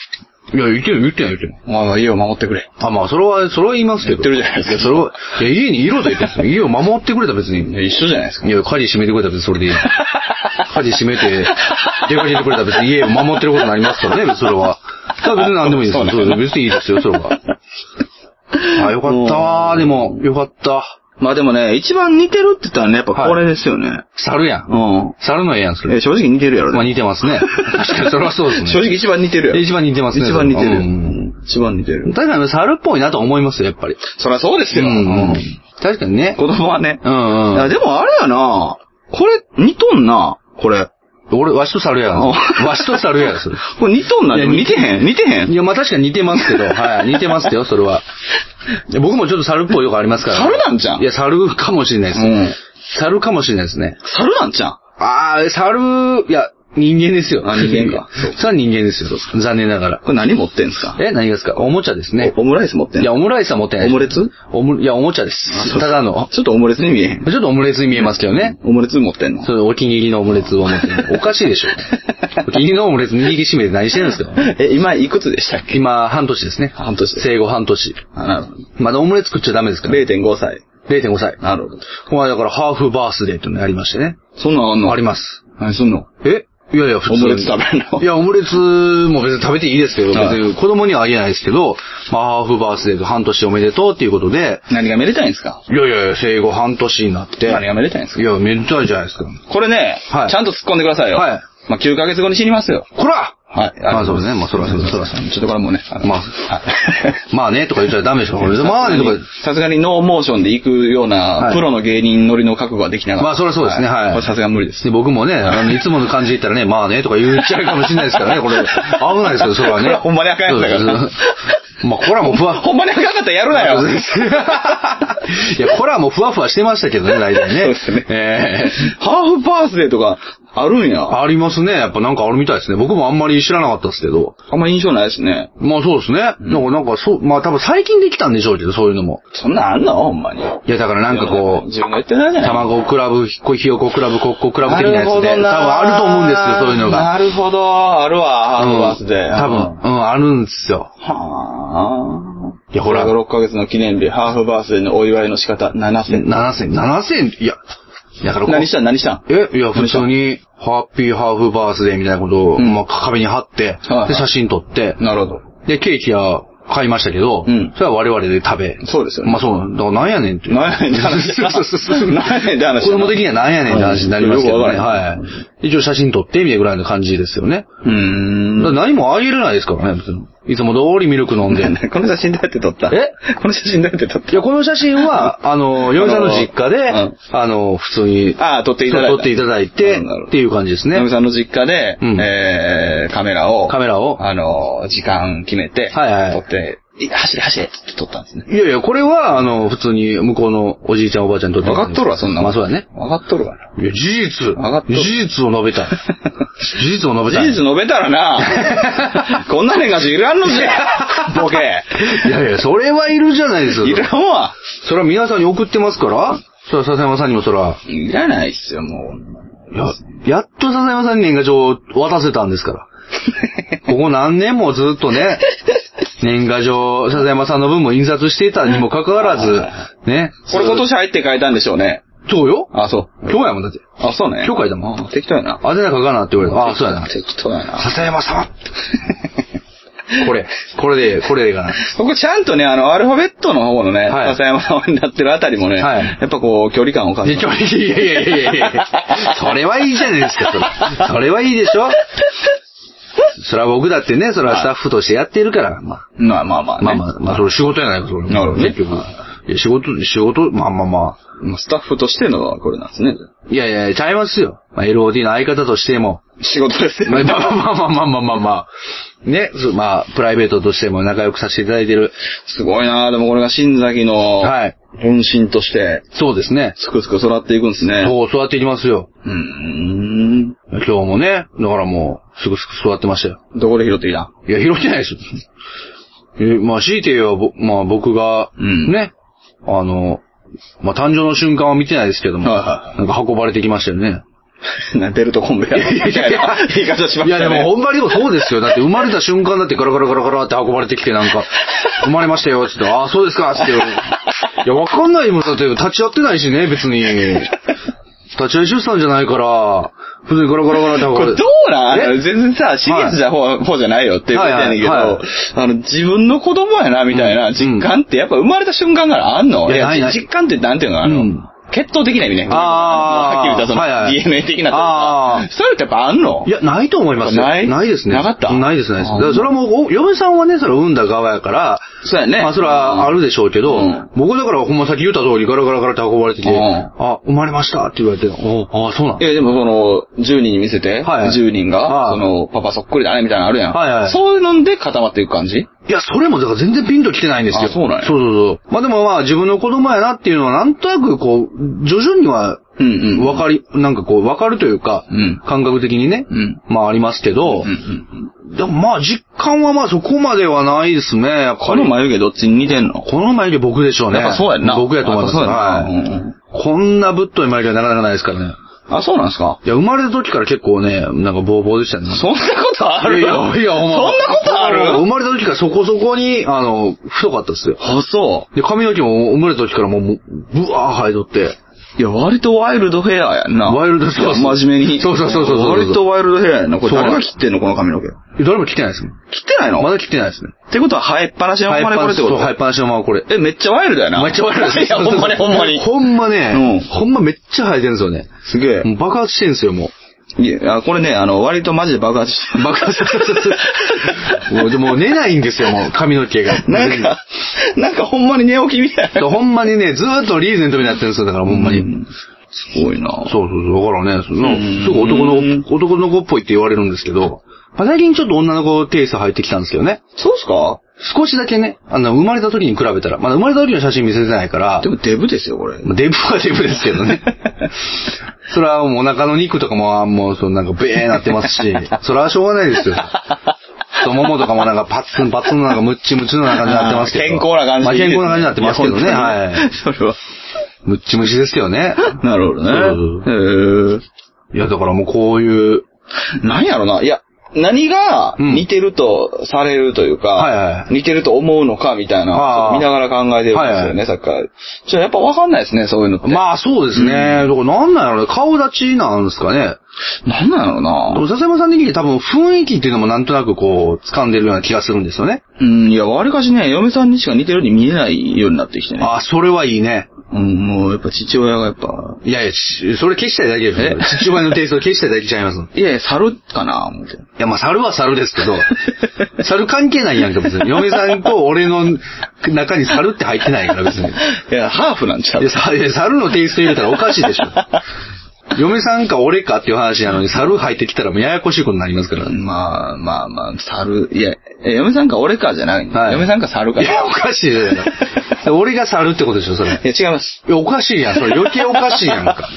Speaker 2: いや、言ってない、言ってない、言ってない。
Speaker 1: まあ、家を守ってくれ。
Speaker 2: あ、まあ、それは、それは言いますけど。
Speaker 1: 言ってるじゃないですか
Speaker 2: や、それは、いや、家にいろと言ってるんです よ。家を守ってくれたら別
Speaker 1: い
Speaker 2: に。
Speaker 1: や一緒じゃないですか。
Speaker 2: いや、家事閉めてくれたら別にそれでいい。家事閉めて、出かけてくれたら別に家を守ってることになりますからね、それは。だから別に何でもいいですよ。
Speaker 1: そ
Speaker 2: そう
Speaker 1: なんだ
Speaker 2: う別にいいですよ、それは。あ、よかったわ、でも、よかった。
Speaker 1: まあでもね、一番似てるって言ったらね、やっぱこれですよね。
Speaker 2: 猿やん。猿の絵やん、そ
Speaker 1: うん。え、
Speaker 2: れ。
Speaker 1: 正直似てるやろ、で
Speaker 2: ま
Speaker 1: も
Speaker 2: あ似てますね。確かにそれはそうです ね。
Speaker 1: 正直一番似てるやろ。
Speaker 2: 一番似てますね
Speaker 1: 一番似てる。
Speaker 2: うん
Speaker 1: 一番似てる。
Speaker 2: 確かに猿っぽいなと思いますよ、やっぱり。
Speaker 1: そりゃそうです
Speaker 2: う
Speaker 1: よ。
Speaker 2: ん
Speaker 1: うん。
Speaker 2: 確かにね。
Speaker 1: 子供はね。
Speaker 2: うん
Speaker 1: いうや、
Speaker 2: ん。
Speaker 1: でもあれやなこれ、似とんなこれ。
Speaker 2: 俺、わしと猿やん。
Speaker 1: あ
Speaker 2: わしと猿やん、それ。
Speaker 1: これ似とんない
Speaker 2: や
Speaker 1: でも似てへん似てへ
Speaker 2: い
Speaker 1: ん
Speaker 2: や、まあ確かに似てます けど、はい、似てますよ、それは。いや僕もちょっと猿っぽいとこありますから。
Speaker 1: 猿なんじゃん
Speaker 2: いや、猿かもしれないです。
Speaker 1: うん
Speaker 2: 猿かもしれないですね。
Speaker 1: 猿なんちゃん
Speaker 2: あー、猿、いや、人間ですよ。
Speaker 1: あ人間か
Speaker 2: いや それは人間ですよ。残念ながら。
Speaker 1: これ何持ってんすか
Speaker 2: え、何がですかおもちゃですね
Speaker 1: お。オムライス持ってん
Speaker 2: いや、
Speaker 1: の
Speaker 2: オムライスは持ってない。
Speaker 1: オムレツ
Speaker 2: おも、いや、おもちゃです
Speaker 1: あそう。
Speaker 2: ただの。
Speaker 1: ちょっとオムレツに見えへん。
Speaker 2: ちょっとオムレツに見えますけどね。
Speaker 1: オムレツ持ってんの
Speaker 2: それお気に入りのオムレツを持って る。おかしいでしょ。お気に入りのオムレツ握りしめて何してるんですか
Speaker 1: え、今いくつでしたっけ
Speaker 2: 今、半年ですね。
Speaker 1: 半年
Speaker 2: 生後半年。
Speaker 1: あ、なるほど。
Speaker 2: まだオムレツ食っちゃダメですから。
Speaker 1: 0.5歳。
Speaker 2: 0.5歳。
Speaker 1: なるほど。
Speaker 2: この間だからハーフバースデーっていうのやりましてね。
Speaker 1: そんなんあんの
Speaker 2: あり
Speaker 1: ま
Speaker 2: ます。
Speaker 1: 何すんの
Speaker 2: えいやいや、普通に。
Speaker 1: オムレツ食べるの
Speaker 2: いや、オムレツも別に食べていいですけど、別
Speaker 1: はい
Speaker 2: に子供にはあげないですけど、まあ、ハーフバースデーと半年おめでとうっていうことで、
Speaker 1: 何がめでたいんですか
Speaker 2: いやいやいや、生後半年になって。
Speaker 1: 何がめでたいんですか
Speaker 2: いや、めでたいじゃないですか。
Speaker 1: これね、
Speaker 2: はい
Speaker 1: ちゃんと突っ込んでくださいよ。
Speaker 2: はい
Speaker 1: まあ、9ヶ月後に死にますよ。
Speaker 2: こら
Speaker 1: はい。
Speaker 2: まあそうですねまあそれはそうです
Speaker 1: そらそうですちょっとこれはもうね。の
Speaker 2: まあ
Speaker 1: はい。
Speaker 2: まあね、とか言っちゃダメでしょ。俺 でまあね、とか。
Speaker 1: さすがにノーモーションで行くような
Speaker 2: は、い
Speaker 1: プロの芸人乗りの覚悟はできなかった。
Speaker 2: まあそりゃそうですねはい
Speaker 1: これさすがに無理です。
Speaker 2: で僕もね、あの、いつもの感じで言ったらね、まあね、とか言っちゃうかもしれないですからね、これ。危ないですけど、それは
Speaker 1: こ
Speaker 2: ね
Speaker 1: れ。 ほんまにあかんやつだからな
Speaker 2: そうそうまあ、これはもうふわ、
Speaker 1: ほんまにあかんかったらやるなよ。
Speaker 2: いや、これはもうふわふわしてましたけどね、大体ね。
Speaker 1: そうですね
Speaker 2: え
Speaker 1: ハーフバースデーとかあるん
Speaker 2: え
Speaker 1: や。
Speaker 2: ありますね。やっぱなんかあるみたいですね。僕もあんまり知らなかったですけど。
Speaker 1: あんま印象ないですね。
Speaker 2: まあそうですね。なんか、なんかそう、まあ多分最近できたんでしょうけど、そういうのも。
Speaker 1: そんなんあんのほんまに。
Speaker 2: いや、だからなんかこう、
Speaker 1: 自分が言ってないじゃない
Speaker 2: 卵クラブ、ひよこクラブ、コッコクラブ的なやつで、多分
Speaker 1: な
Speaker 2: あると思うんですよ、そういうのが。
Speaker 1: なるほど、あるわ、ハーフバースデー。
Speaker 2: うん多分、うん、あるんですよ。
Speaker 1: はあ。
Speaker 2: いやほら
Speaker 1: これが6ヶ月の記念日、ハーフバースデーのお祝いの仕方、7000。
Speaker 2: 7000、7000、いや、だからこう
Speaker 1: 何したん何したん
Speaker 2: え、いや、普通に、ハッピーハーフバースデーみたいなことを、
Speaker 1: うん
Speaker 2: まあ、壁に貼って
Speaker 1: はいは、い
Speaker 2: で、写真撮って、
Speaker 1: なるほど。
Speaker 2: で、ケーキは買いましたけど、
Speaker 1: うん
Speaker 2: それは我々で食べ。
Speaker 1: そうですよね。
Speaker 2: まあそうなん、だからなんやねんって。
Speaker 1: 何やねんって話
Speaker 2: そうそうそう。
Speaker 1: 何やねんって話
Speaker 2: 子供的にはなんやねんって話になりますけど
Speaker 1: はい
Speaker 2: ね。はい。一応写真撮ってみたいぐらいの感じですよね。
Speaker 1: うーん
Speaker 2: だから何もあり得ないですからね、別にいつも通りミルク 飲んで。い
Speaker 1: この写真どうやって撮った
Speaker 2: え
Speaker 1: この写真どうやって撮った
Speaker 2: や、この写真は、あの、嫁さんの実家で、
Speaker 1: うん
Speaker 2: あの、普通に、
Speaker 1: ああ、撮っていただい
Speaker 2: そ
Speaker 1: た。
Speaker 2: う撮っていただいて、
Speaker 1: うんなるほど
Speaker 2: っていう感じですね。
Speaker 1: ね。さんの実家で、
Speaker 2: うん
Speaker 1: えー、カメラを、
Speaker 2: カメラを
Speaker 1: あの、時間決めて、
Speaker 2: はいはい
Speaker 1: 撮って、い走れ走れっつって撮ったんですね。
Speaker 2: いやいや、これは、あの、普通に向こうのおじいちゃんおばあちゃんにとって
Speaker 1: 分かっとるわ、そんなも
Speaker 2: ま
Speaker 1: ん。
Speaker 2: あそうだね。
Speaker 1: 分かっとるわな。
Speaker 2: いや、事実。
Speaker 1: わかっとる
Speaker 2: 事実を述べたい。 事実を述
Speaker 1: 事
Speaker 2: べたい。
Speaker 1: 実述べたら な、こんな年賀状いらんのじゃ、ボケ。
Speaker 2: いやいや、それはいるじゃないですか
Speaker 1: いらんわ。
Speaker 2: それは皆さんに送ってますからそれは笹山さんにもそれは。
Speaker 1: いらないっすよ、もう。
Speaker 2: いや、やっと笹山さんに年賀状を渡せたんです から。ここ何年もずっとね、年賀状、笹山さんの分も印刷していたにもかかわらず、ね。
Speaker 1: これ今年入って書いたんでしょうね。
Speaker 2: そうよ
Speaker 1: あ、そう。
Speaker 2: 今日やもんだって。
Speaker 1: あ、そうね。
Speaker 2: 今日書いたもん
Speaker 1: あ適当やな。
Speaker 2: あぜなかかなって言われた。あ、そうやな。
Speaker 1: 適当やな。
Speaker 2: 笹山様 これ、これで、これでいいかな。
Speaker 1: ここちゃんとね、あの、アルファベットの方のね、
Speaker 2: はい
Speaker 1: 笹山さんになってるあたりもね、
Speaker 2: はい
Speaker 1: やっぱこう、距離感を感
Speaker 2: い
Speaker 1: じ
Speaker 2: や、
Speaker 1: る
Speaker 2: ちょいやいやいやいやいやそれはいいじゃないですか、それ。それはいいでしょそれは僕だってね、それはスタッフとしてやってるから、まあ、
Speaker 1: まあまあまあ、ね。
Speaker 2: まあまあ、まあ、それ仕事やないか、それ。
Speaker 1: なるほどね
Speaker 2: 結局。いや仕事、仕事、まあまあまあ。
Speaker 1: まあスタッフとしてのこれなんですね。
Speaker 2: いやいや、ちゃいますよ。まあ、LOD の相方としても。
Speaker 1: 仕事ですよ
Speaker 2: まあ
Speaker 1: ね。
Speaker 2: まあまあまあまあまあまあ。ね、そうまあ、プライベートとしても仲良くさせていただいてる。
Speaker 1: すごいなでもこれが新崎の、
Speaker 2: はい。
Speaker 1: 分身として、
Speaker 2: そうですね。
Speaker 1: すくすく育っていくんですね。
Speaker 2: そう、育っていきますよ。
Speaker 1: うーん。
Speaker 2: 今日もね、だからもう、すぐすぐ座ってましたよ。
Speaker 1: どこで拾ってきた
Speaker 2: いや、拾ってないですよ。え、まあ、強いて言えば、ぼまあ、僕が、
Speaker 1: うん
Speaker 2: ね、あの、まあ、誕生の瞬間は見てないですけども、
Speaker 1: はいは
Speaker 2: なんか運ばれてきましたよね。
Speaker 1: なベルトコンベヤーみたい な言い方しましたね。
Speaker 2: いや、で も、ほんまにでもそうですよ。だって、生まれた瞬間だって、ガラガラガラガラって運ばれてきて、なんか、生まれましたよ、つって、ああ、そうですか、つって。いや、わかんないもん、だって、立ち会ってないしね、別 に。立ち会い出産じゃないから、普通にガラガラガラって運
Speaker 1: こ
Speaker 2: ばれ
Speaker 1: れ
Speaker 2: て
Speaker 1: ど。うなんあの
Speaker 2: え
Speaker 1: 全然さ、シリアスじゃ、ほうほうじゃないよっていうことやねんけど、
Speaker 2: はいはいはい
Speaker 1: あの、自分の子供やな、みたいな実感って、やっぱ生まれた瞬間からあんの
Speaker 2: いやないない
Speaker 1: じ実感ってなんていうのあの、
Speaker 2: うん
Speaker 1: 血統的な意味ね。
Speaker 2: あー
Speaker 1: はっきり言ったその、
Speaker 2: はいはい
Speaker 1: DNA 的なというか
Speaker 2: あー
Speaker 1: そういうのってやっぱあんの
Speaker 2: いや、ないと思いますよ。
Speaker 1: ない
Speaker 2: ないですね。
Speaker 1: なかった
Speaker 2: ないです、ないです。
Speaker 1: あ
Speaker 2: だからそれはもう、お嫁さんはね、それは産んだ側やから、
Speaker 1: そうやね。
Speaker 2: まあそれはあるでしょうけど、
Speaker 1: うん
Speaker 2: 僕だからほんまさっき言った通りガラガラガラって運ばれてきて、
Speaker 1: うん
Speaker 2: あ、生まれましたって言われて、おあ、そうなん
Speaker 1: いや、でもその、10人に見せて、
Speaker 2: はいはい
Speaker 1: 10人が、
Speaker 2: あー
Speaker 1: その、パパそっくりだね、みたいなのあるやん。
Speaker 2: はいはい
Speaker 1: そういうので固まっていく感じ
Speaker 2: いや、それもだから全然ピンと来てないんですよ。
Speaker 1: あそうなんや
Speaker 2: そうそうそう。まあでもまあ自分の子供やなっていうのはなんとなくこう、徐々には、
Speaker 1: うんうんうん
Speaker 2: わかり、なんかこう、わかるというか、
Speaker 1: うん
Speaker 2: 感覚的にね、
Speaker 1: うん
Speaker 2: まあありますけど、
Speaker 1: うんうんうん。
Speaker 2: でもまあ実感はまあそこまではないですね、やっぱ
Speaker 1: こ
Speaker 2: り
Speaker 1: の。眉毛どっちに似てんの
Speaker 2: この眉毛僕でしょうね。
Speaker 1: やっぱそうやんな
Speaker 2: 僕やと思います。
Speaker 1: やっぱ
Speaker 2: は
Speaker 1: そうやんなうんうん
Speaker 2: い。こんなぶっとい眉毛はなかなかないですからね。
Speaker 1: あ、そうなんですか
Speaker 2: いや、生まれた時から結構ね、なんかボーボーでしたね。
Speaker 1: そんなことある
Speaker 2: いやいや、いや、ほんま。
Speaker 1: そんなことある
Speaker 2: 生まれた時からそこそこに、あの、太かったですよ。
Speaker 1: あ、そ
Speaker 2: で、髪の毛も生まれた時からもう、ぶわー生えとって。
Speaker 1: う。いや、割とワイルドヘアやんな。
Speaker 2: ワイルドそうそう
Speaker 1: いや真面目に。
Speaker 2: そうそうそうそうそう
Speaker 1: 割とワイルドヘアやんな。これ
Speaker 2: そう
Speaker 1: 誰が切ってんのこの髪の毛。切
Speaker 2: え誰も来てないですもん。
Speaker 1: ってないの
Speaker 2: ま
Speaker 1: っ
Speaker 2: だ来てないですね。
Speaker 1: てことは生えっぱなしの生
Speaker 2: 生え
Speaker 1: ま
Speaker 2: っ
Speaker 1: れこれ
Speaker 2: ぱな
Speaker 1: っ
Speaker 2: してそ
Speaker 1: こ
Speaker 2: う
Speaker 1: と
Speaker 2: 生えっぱなしのままこれ。
Speaker 1: え、めっちゃワイルドやな。
Speaker 2: めっちゃ悪いです
Speaker 1: いや、 ほんまにほんまに。
Speaker 2: ほんまね、
Speaker 1: うん
Speaker 2: ほんまめっちゃ生えてるんですよね。
Speaker 1: すげえ。
Speaker 2: もう爆発してるんですよ、もう。
Speaker 1: いや、あこれね、あの、割とマジで爆発した。
Speaker 2: 爆発 もうでもう寝ないんですよ、もう髪の毛が。
Speaker 1: なんか、なんかほんまに寝起きみたい
Speaker 2: だから
Speaker 1: な。
Speaker 2: ほんまにね、ずーっとリーゼントになってるんですよ、だからほんまに。
Speaker 1: うんすごいな
Speaker 2: そうそうそう、だからね、その
Speaker 1: うん
Speaker 2: すぐ男の子、男の子っぽいって言われるんですけど、まあ最近ちょっと女の子テイスト入ってきたんですけどね。
Speaker 1: そうっすか
Speaker 2: 少しだけね、あの、生まれた時に比べたら、まだ生まれた時の写真見せてないから、
Speaker 1: でもデブですよ、これ。
Speaker 2: まあデブはデブですけど ね。それはもうお腹の肉とかも、あもう、そのなんかベーなってますし、それはしょうがないですよ。そう、ももとかもなんかパッツンパッツンのなんかムッチムチのなんか感じになってますけど。
Speaker 1: 健康な感じ。
Speaker 2: まあ健康な感じになってますけどね、
Speaker 1: や本当に
Speaker 2: はい。
Speaker 1: それは。
Speaker 2: ムッチムチですよね。
Speaker 1: なるほ
Speaker 2: そう
Speaker 1: どね。
Speaker 2: いや、だからもうこうい
Speaker 1: へ
Speaker 2: う、
Speaker 1: え。なんやろな。いや、何が
Speaker 2: うん
Speaker 1: 似てるとされるというか、
Speaker 2: はいはい
Speaker 1: 似てると思うのかみたい
Speaker 2: あ
Speaker 1: な
Speaker 2: あ、
Speaker 1: 見ながら考えてるんですよね、
Speaker 2: はいは
Speaker 1: さっきから。ちょ、やっぱわかんないですね、そういうのって。
Speaker 2: まあそうですね。だからなんなんやろね。顔立ちなんですかね。
Speaker 1: なんなんやろ
Speaker 2: で
Speaker 1: な
Speaker 2: も笹山さん的に多分雰囲気っていうのもなんとなくこう、掴んでるような気がするんですよね。
Speaker 1: うん、いや、わりかしね、嫁さんにしか似てるように見えないようになってきてね。
Speaker 2: ああ、それはいいね。
Speaker 1: うん、もうやっぱ父親がやっぱ、
Speaker 2: いやいや、ちそれ消したいだけですよ。父親のテイストを消したいだけちゃいます。い
Speaker 1: いやいや、猿かな思って。
Speaker 2: や、まあ、猿は猿ですけど、 猿関係ないやんか、別に。嫁さんと俺の中に猿って入ってないから、別に。
Speaker 1: いや、ハーフなんちゃう
Speaker 2: いや、さいや猿のテイスト入れたらおかしいでしょ。嫁さんか俺かっていう話なのに、猿入ってきたらもうややこしいことになりますから。
Speaker 1: まあまあまあ、猿、いや、え嫁さんか俺かじゃない。
Speaker 2: はい
Speaker 1: 嫁さんか猿か。
Speaker 2: い や、おかしいよ。俺が猿ってことでしょ、そ
Speaker 1: い
Speaker 2: れ。
Speaker 1: や、違います。
Speaker 2: いや、おかしいやん。それ余計おかしいやんか。